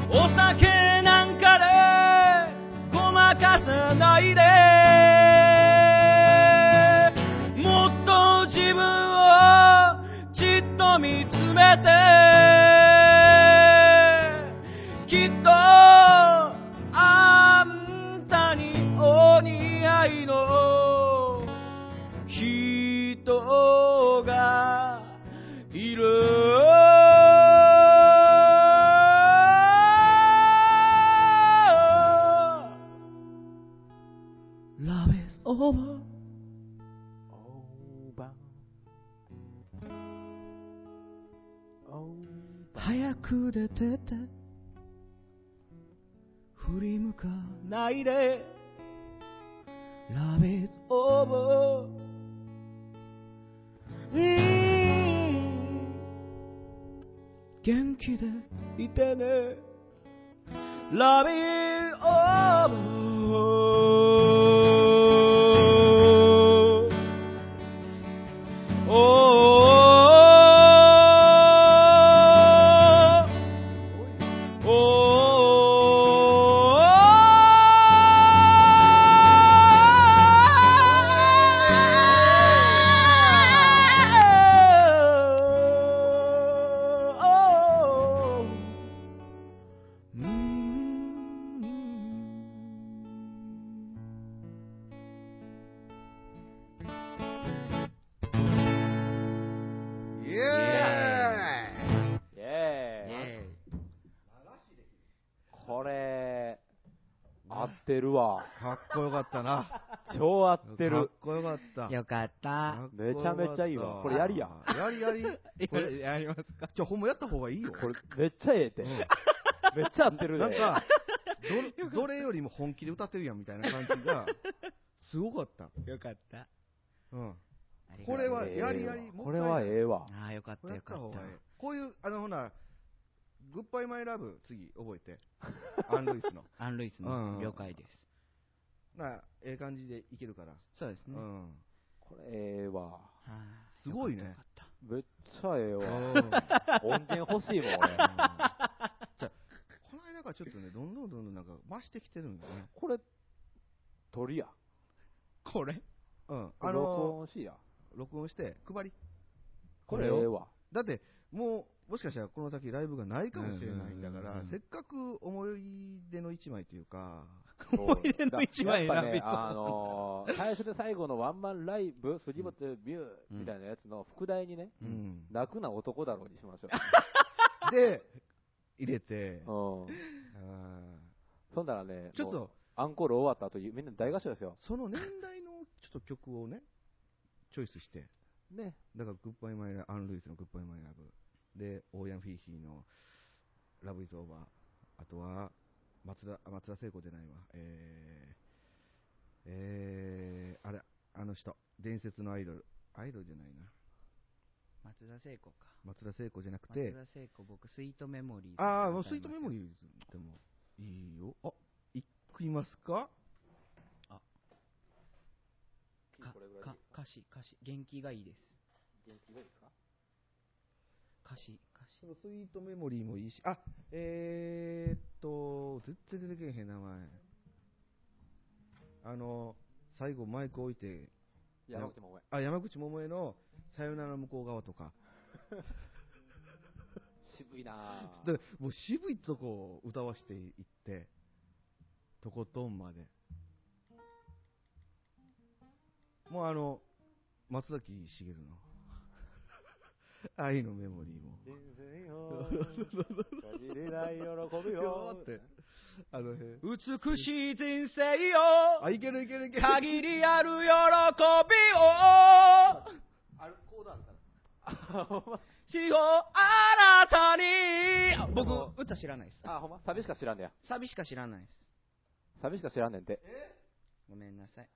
D: お酒なんかでごまかさないでもっと自分をじっと見つめてきっとあんたにお似合いの人がいる「Love is over」早く出てって振り向かないで Love is over うん元気でいてね Love is over おーおーおー oh, oh,
B: ってるわ。
C: かっこよかったな。
B: 超合って
C: かっ
B: る。
C: こよかった。
A: よかった
C: かっ。こよかった
B: めちゃめちゃいいわこれやりや。
C: やり
B: [laughs]
C: やり。これ、
A: やりますか。
C: じゃあほんまやった方がいいよ。
B: これ、めっちゃええって。めっちゃ合ってる
C: なん
B: で。
C: か、どれ、どれよりも本気で歌ってるやんみたいな感じが、すごかった。
A: よかった。
C: うん。
A: ありがとう
C: これは
B: ええ
C: やりやり
B: わ
C: もったいない
B: これはええわ。
A: ああ、よかっ
C: こ
A: た
C: れや
A: よ
C: っ
A: か
C: た方
A: った
C: がいい。こういう、あの、ほな、グッバイマイラブ、次、覚えて。
A: [laughs]
C: アン・ルイスの。
A: アン・ルイス
C: うんう
A: の
C: ん
A: 了解です。
C: な、ええ感じでいけるから。
A: そうです [laughs]
C: う
A: ね。は
C: ん。
B: これええわ。
A: あ
C: すごいね
A: よかったよかっ
B: めっちゃええ
C: うん
B: わ。
C: うん
B: 音源欲しいもん、俺。
C: じゃあこの間がちょっとね、どんどんどんどんなんか増してきてるんだね。
B: これ、鳥や。
A: たこれ
C: うん。
B: 録
C: あの、
B: 音しいや。
C: 録音して、配り。
B: これええわ。
C: だって、もう、もしかしたらこの先ライブがないかもしれないんだか
A: うんうんうん
C: ら
A: う、ん
C: せっかく思い出の一枚というか、
B: 思
A: い出の一枚選びそう
B: [laughs] やっぱね、あのー最初で最後のワンマンライブ、杉本美優みたいなやつの副題にね、
C: うん。
B: 楽な男だろうにしましょ
C: で、入れて、あ
B: う。うん。
C: ー
B: そんならね、
C: ちょっ
B: もう
C: と、
B: アンコール終わった後、みんな大合唱ですよ。
C: その年代のちょっと曲をね、チョイスして、
B: ね。
C: だから、グッバイマイラアン・ルイスのグッバイマイラブ、で、オーヤン・フィーヒーのラブイズ・オーバー、あとは、松田、あ松田聖子じゃないわ、えー、えー、あれ、あの人、伝説のアイドル、アイドルじゃないな、
A: 松田聖子か。
C: 松田聖子じゃなく
A: 松
C: て、
A: 田聖子、僕、スイートメモリーズ
C: ああ、もうスイートメモ
A: ー
C: リーズでもいいよ。あ、いきますか
A: かか歌詞、歌詞、元気がいいです。歌詞、歌詞
C: そ。のスイートメモリーもいいし、あ、えー、っと、絶対出てけえへん名前。あの、最後マイク置いて、
B: いや、山口もごめん。
C: あ、山口百恵のさよなら向こう側とか。
B: 渋いなぁ
C: だからもう渋いとこを歌わしていって、とことんまで。もうあの、松崎しげるの。愛のメモリーも。
B: 人生
C: [laughs]
B: よ。限りない喜びよ。
C: って。あの辺。
A: 美しい人生よ
C: あ、いけるいけるいける。
A: 限りある喜びを
C: あれ、コードあるから。
A: しようあなたに僕、歌知らないです。
B: あ、ほんまサビしか知らんねや。
A: サビしか知らないです。
B: サビしか知らんねんて。
A: ごめんなさい。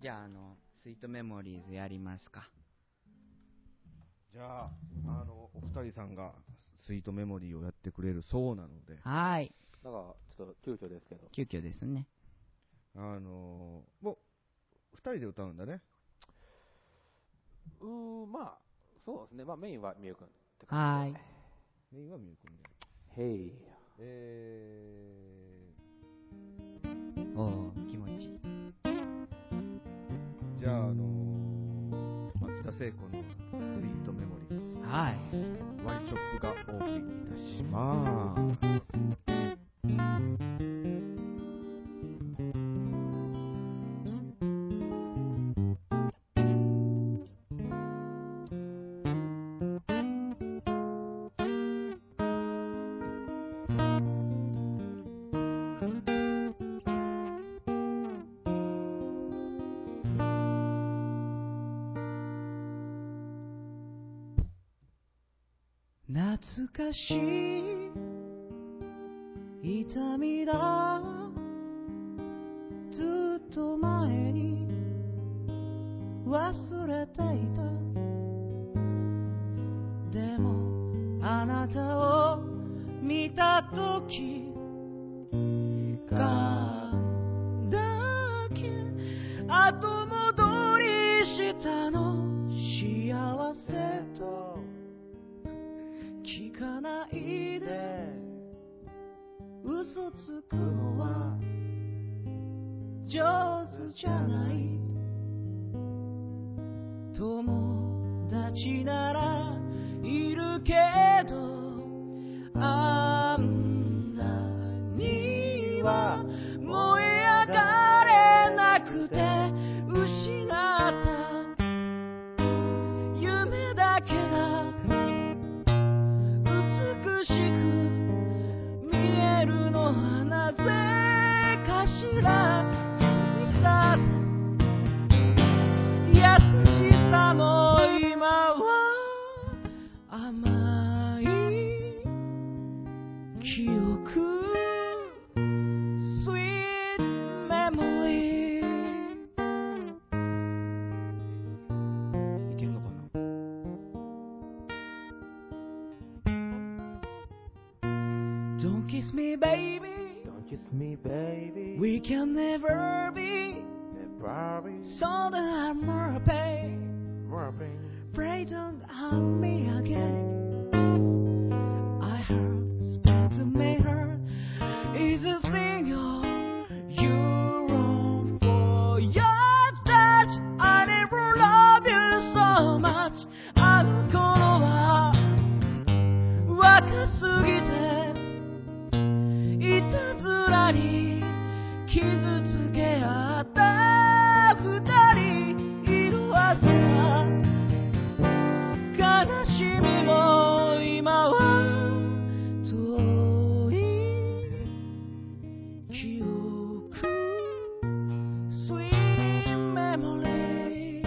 A: じゃあ、あの、スイートメモリーズやりますか。
C: じゃあ、あの、お二人さんが、スイートメモリーをやってくれるそうなので、
A: はい。
B: なんか、ちょっと急遽ですけど。
A: 急遽ですね。
C: あのー、もう、二人で歌うんだね。
B: うーん、まあ、そうですね。まあ、メインはみゆくんっ
A: は
B: て感
A: ー
B: じ
A: い
B: で。。
C: メインはミュー君で。
B: へい。
C: え
A: おお気持ちいい。
C: ー、じゃあ、あのー、松田聖子のスイートメモリーズ、
A: はい。
C: ワイショップがお送りいたします。
A: 懐かしい痛みだずっと前に忘れていたでもあなたを見た時がだけ後戻りしたの幸せと聞かないで嘘つくのは上手じゃない友達ならいるけどあんなには燃え上がれなくて失った夢だけが美しく見え
D: baby.
A: We can never be
D: and Barbie.
A: so that I'm more pain.
B: [laughs]
D: Morphine.
A: Pray don't harm me again. I heard spent to make her is a single euro for your touch. I never love you so much. あの頃は若すぎていたずらに傷つけ合った二人色あせた悲しみも今は遠い記憶 Sweet memory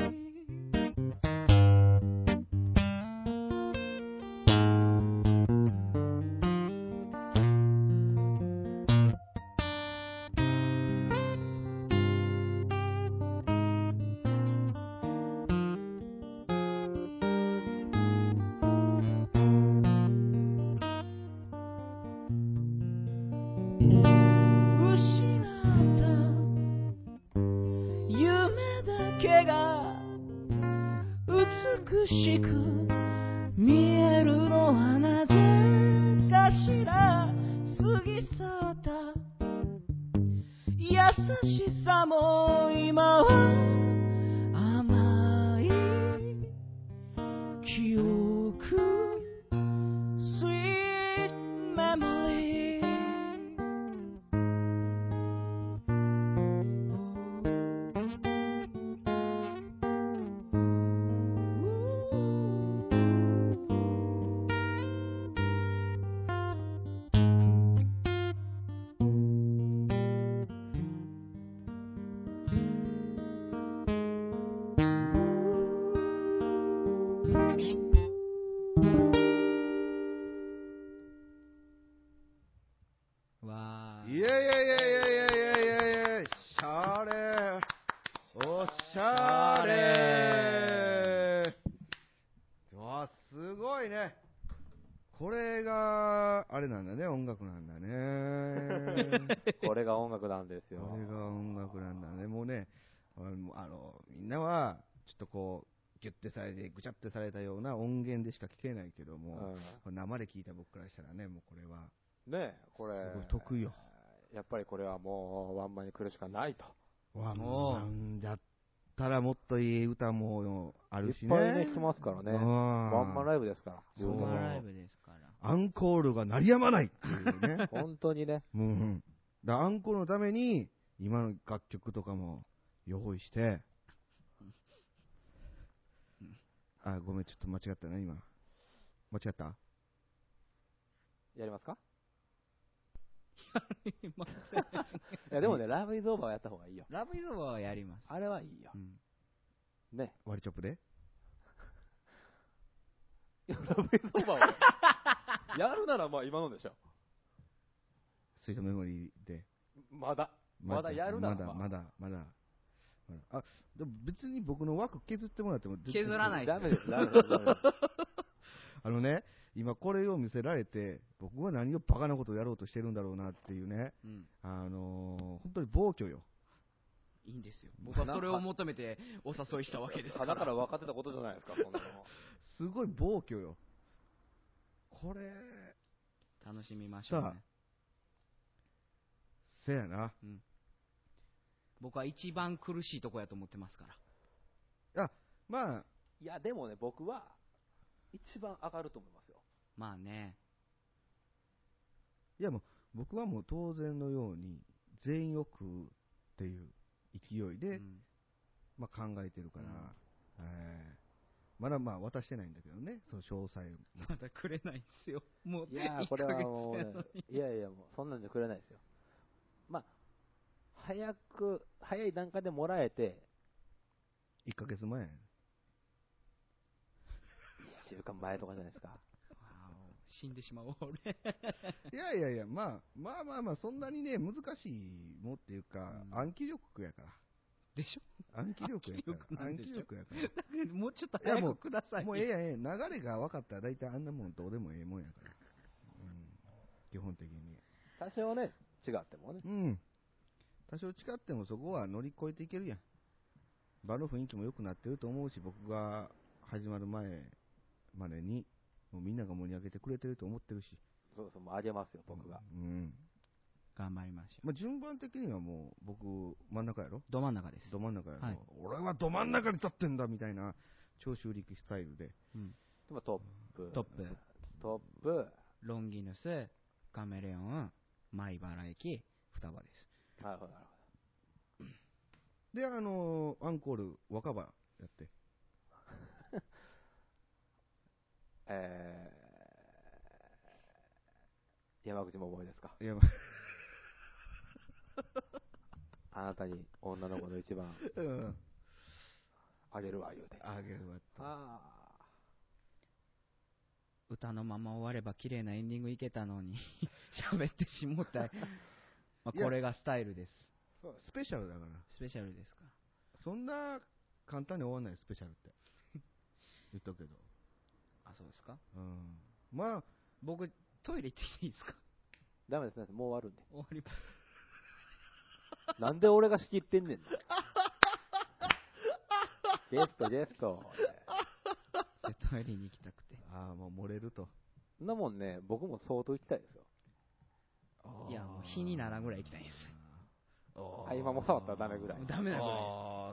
A: 失った夢だけが美しく見えるのはなぜかしら過ぎ去った優しさも今は甘い記憶 Sweet memory わ
C: いやいやいやいやいやいやいやいやシャーレーおしゃーれーわすごいねこれがあれなんだね音楽なんだね
B: これが音楽なんですよ
C: こ。れが音楽なんだねもうねあのあのみんなはちょっとこうギュッてされてぐちゃってされたような音源でしか聞けないけど
B: う
C: も、
B: ん
C: これ生で聞いた僕からしたらねもうこれは
B: ねえこれ。
C: すごい得意よ
B: やっぱりこれはもう、ワンマンに来るしかないと。
C: ワン
A: おう
C: マンだったらもっといい歌もあ
B: い
C: る
B: っ
C: しね。
B: ぱいね、来ますからね。ワ
C: ワ
B: ンマンライブですから。。
C: そう
A: ワンマンライブですから
C: アンコールが鳴りやまないっていうね
B: 本当にね。
C: うんうん。だからアンコールのために、今の楽曲とかも用意して、あ、ごめん、ちょっと間違ったね、今。間違った
B: やりますか
A: [laughs] まあ
B: いや、でもね、ライブイズオーバーはやった方がいいよ。
A: ラブイズはやります。
B: あれはいいよ
A: う。ん
B: ね。
C: 割りチョップで
B: いやラブイズオーバーは。やるならまあ今のでしょ。
C: スイートメモリーで。
B: まだ。まだやるな
C: ま
B: ら
C: だ、
B: まあ
C: まだ、まだ。まだあ、でも別に僕の枠削ってもらっても全然
A: 削らない
B: ダメです、ダメです。ダメです
C: [laughs] あのね、今これを見せられて、僕は何をバカなことをやろうとしてるんだろうなっていうね、
A: うん。
C: あのー本当に暴挙よ。
A: いいんですよ。僕はそれを求めてお誘いしたわけですか
B: だ
A: ら。
B: から分かってたことじゃないです [laughs] か、そんなの。
C: すごい暴挙よ。これ、
A: 楽しみましょう、
C: さ
A: ね
C: あ。せやな。
A: 僕は一番苦しいとこやと思ってますから。
C: まあ、
B: いや、でもね、僕は、一番上がると思いますよ。
A: まあね。
C: いやもう、僕はもう当然のように、全員よくっていう勢いで、
A: うん
C: まあ考えてるから、えーまだまあ渡してないんだけどね、その詳細を。
A: まだくれないんですよ。もう、
B: いやー、
A: 1
B: これは
A: ヶ月
B: もうね
A: やのに、
B: いやいや、もうそんなんじゃくれないですよ。まあ、早く、早い段階でもらえて、
C: 1ヶ月前。
B: 1週間前とかじゃないですか。
A: あーもう死んでしまおう、俺。
C: いやいやいや、まあ、まあまあまあ、そんなにね、難しいもんっていうか、
A: うん
C: 暗記力やから。
A: でしょ [laughs]
C: 暗記力やから。
A: 暗
C: 暗
A: 記
C: 記
A: 力
C: 力やか
A: もうちょっと
C: いや
A: 早
C: もう
A: くください
C: ら。
A: よ。
C: もうええやんええやん流れが分かったら大体あんなもんどうでもええもんやから。うん、基本的に。
B: 多少ね、違ってもね。
C: うん。多少違ってもそこは乗り越えていけるやん。場の雰囲気も良くなってると思うし、僕が始まる前までに、もうみんなが盛り上げてくれてると思ってるし。
B: そうそう、もうあげますよ、僕が。
C: うん。
A: 頑張りましょう。
C: まあ、順番的にはもう、僕、真ん中やろ
A: ど真ん中です。
C: ど真ん中やろ、
A: はい
C: 俺はど真ん中に立ってんだみたいな、長州力スタイルで。
A: うん
B: でもトップ。
A: トップ、
B: トップ。
A: ロンギヌス、カメレオン、米原駅、双葉です。
B: なるほど、なる
C: で、あのーアンコール、若葉やって。
B: ほど。えー、山口百恵ですか。
C: いや、ま
B: あなたに女の子の一番
C: あ、うん。
B: あげるわ、言うて。
C: あげるわって。
B: あ
A: 歌のまま終われば綺麗なエンディングいけたのに [laughs] 喋ってしもった [laughs] いま
C: い
A: あ
C: や
A: これがスタイルです
C: スペシャルだから。
A: スペシャルですか
C: そんな簡単に終わんないよスペシ
A: [laughs]
C: ャルって。言っとくけど。
A: あそうですか
C: うん。まあ、
A: 僕トイレ行ってきていいですか
B: ダメですね、もう終わるんで。
A: [laughs] 終わります
B: なんで俺が仕切ってんねんな。ゲスト、ゲスト。
A: じゃあトイレに行きたくて
C: ああ、もう漏れると。
B: そんなもんね、僕も相当行きたいですよ。
A: いやもう火にならんぐらい行きたいです
C: あ
B: あ今も触ったらダメぐらい
A: もう [laughs] ダメなぐらい
C: ら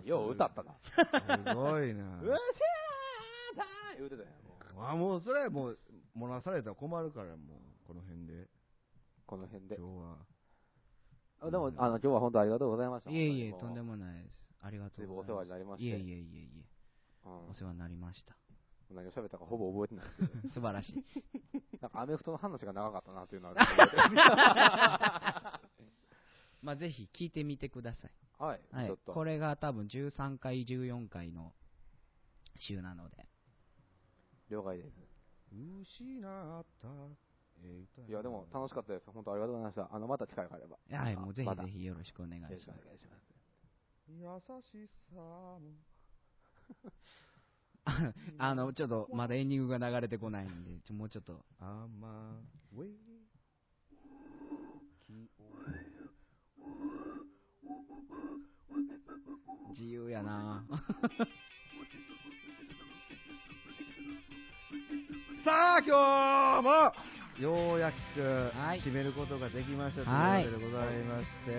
B: よう歌ったな。
C: すごいな
A: [laughs]
B: う。わしゃーだー言うてたよ、もう
C: あもうそれはもう、漏らされたら困るから、もう、この辺で、
B: この辺
C: 今
B: で
C: 日。は。
B: あでも、あの、今日は本当ありがとうございました。
A: いえいえとんで
B: も
A: もないですありがと
B: 随
A: う
B: 分
A: ご
B: お
A: ざ
B: 世
A: いま
B: 話
A: す
B: になりまして。
A: いえいえいえいえ
B: うん
A: お世話になりました [laughs]
B: 何を喋ったかほぼ覚えてないですけど
A: 素晴らしい
B: なんかアメフトの話が長かったなっていうのは。
A: まあぜひ聞いてみてください [laughs]
B: はい、
A: は
B: ち
A: い
B: ょっ、と。
A: これが多分13回、14回の週なので、
B: 了解です。
C: 失った、ええ歌
B: いや、でも楽しかったです。本当ありがとうございました。あの、また機会があれば。
A: はい、もうぜ
B: ま
A: ひ
B: た
A: ぜひよろしくお願いし
B: よろしくお
A: ま
B: 願
A: す。
B: いします。
C: 優しさも。
A: あの、ちょっとまだエンディングが流れてこないんで、ちょもうちょっと、
C: あまウェイ。
A: 自由やな
C: さあ、今日も、ようやく、
A: はい
C: 締めることができましたと
A: はい
C: いうことでございまし
B: そ
C: て、
B: うですね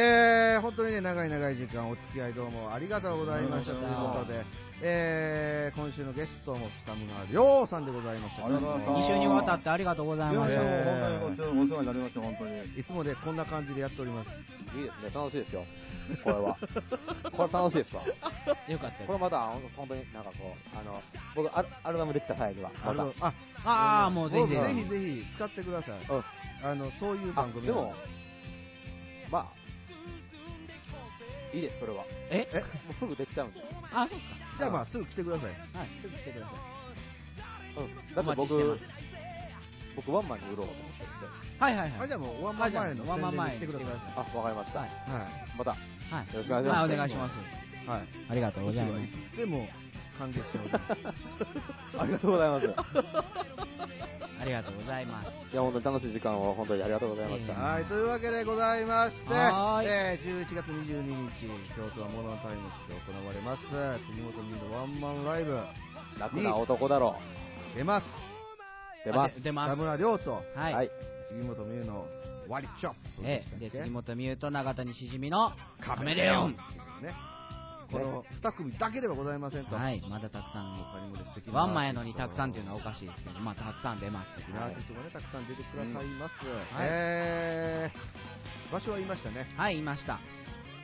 C: えー、本当にね、長い長い時間お付き合いどうもありがとうございましたと
A: あ
C: い
A: りが
C: う
A: とうご
C: こ
A: ざいました
C: とで、えー、今週のゲストも北村亮さんでございました。
E: ありがとうございま
A: 2
E: し
A: 週にわたってありがとうございまし
C: い
A: た。
C: やいや
A: は
E: 本当にお世話になりました、本当に。
C: いつもでこんな感じでやっております。
B: いいですね、楽しいですよ。これは。これ楽しいですわ。
A: よかった
B: こ
A: です。
B: れまた、本当になんかこう、あの、僕、アルアルバムできた際には、また。うん
C: あ、
A: ああ、もうぜひぜ
C: ぜ
A: ひ
C: ひ。ぜひ使ってください。あの、そういう
B: あ
C: 番、組
B: で
C: な
B: も
C: んで、
B: まあ、いいです、それは。
A: え
C: え
B: もうすぐできちゃうんで。
A: あ、そうです
C: じゃあまあすぐ来てください。
A: か。はい、すぐ来てくださ
B: うん。だって
A: お
B: 僕
A: 待ちして、
B: 僕ワンマンに売ろうと思ってるんで。
A: い。はいはいは
C: あ、
A: い。
C: じゃあもうワンマン前の
A: ワンマン前
C: 宣伝に来てくだ
B: あ、わかりました。
A: はい
C: さい。はい。
B: また、
A: はい。
B: よろしくお願いします
A: はいお願いします。
C: はい。
A: ありがと [laughs] うございます。
C: でも、歓迎しております。
B: [laughs] ありがとうございます。い
A: ありがとうございます。
B: や、本当に楽しい時間を本当にありがとうございま
A: い
B: し
A: えいえ
B: た。
C: はい、というわけでございまして、
A: はーい
C: えー11月22日、京都はモノタイムズで行われます、杉本美のワンマンライブ、
B: 楽な男だろ
C: 出ます。
B: う。出ま
A: あ
B: す。
A: 出
C: 田
A: ます。
C: 村亮と
A: はい。
B: はい。
C: 杉本美のワリチョップで
A: え
C: したっけ
A: で杉本美優と永谷しじみのカメレオン
C: ね、この2組だけではございませんと。
A: はいまだたくさ
C: 他にもで
A: ん
C: すね
A: ワンマンやのにたくさんっていうのはおかしいですけどまあたくさん出ます
C: 素敵な
A: は
C: アー
A: い
C: ティストがね、たくさん出てくださいます。
A: はい
C: えー場所は言いましたね。
A: はいいました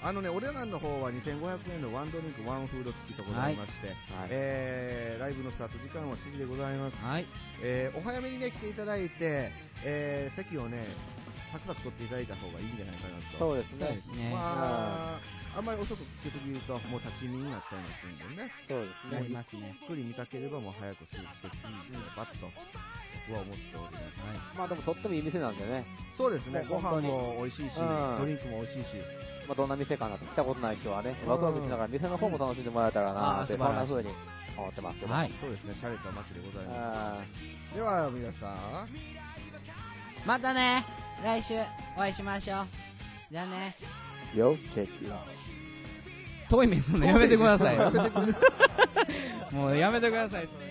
C: あのね、お値段の方は2500円のワンドリンク、ワンフード付きとございまして、
B: はい
C: えーライブのスタート時間は7時でございます。
A: はい
C: えーお早めにね、来ていただいて、えー席をね、サクサク取っていただいた方がいいんじゃないかなと。
B: そうで
A: そ
B: す
A: う
B: ね
A: で。すね
C: まあ、あんまり遅く来てすぎると、もう立ち見になっちゃいますんでね。
B: そう
A: な
B: で
A: りますね
C: ゆっくり見たければ、もう早くすぐ来てくればと、僕は思っておりま
B: す。
C: す。
B: まあでもとってもいい店なんでね。
C: そうですね、
B: も
C: ご
B: う本当
C: 飯
B: に
C: も美味しいし、
B: うん
C: ドリンクも美味しいし、
B: まあどんな店かなって来たことない人はね、
C: うん
B: ワクワクしながら店の方も楽しんでもらえたらなーって、
A: あー
B: そんな風に思ってますけど。。
A: はいい
C: そうですね、シャレた街でございま
B: あ
C: す。では皆さん
A: またね来週お会いしましょうじゃあね
B: ー Yo, check it out.
A: [laughs] 遠い目すんのやめてくださいよもうやめてくださいそれ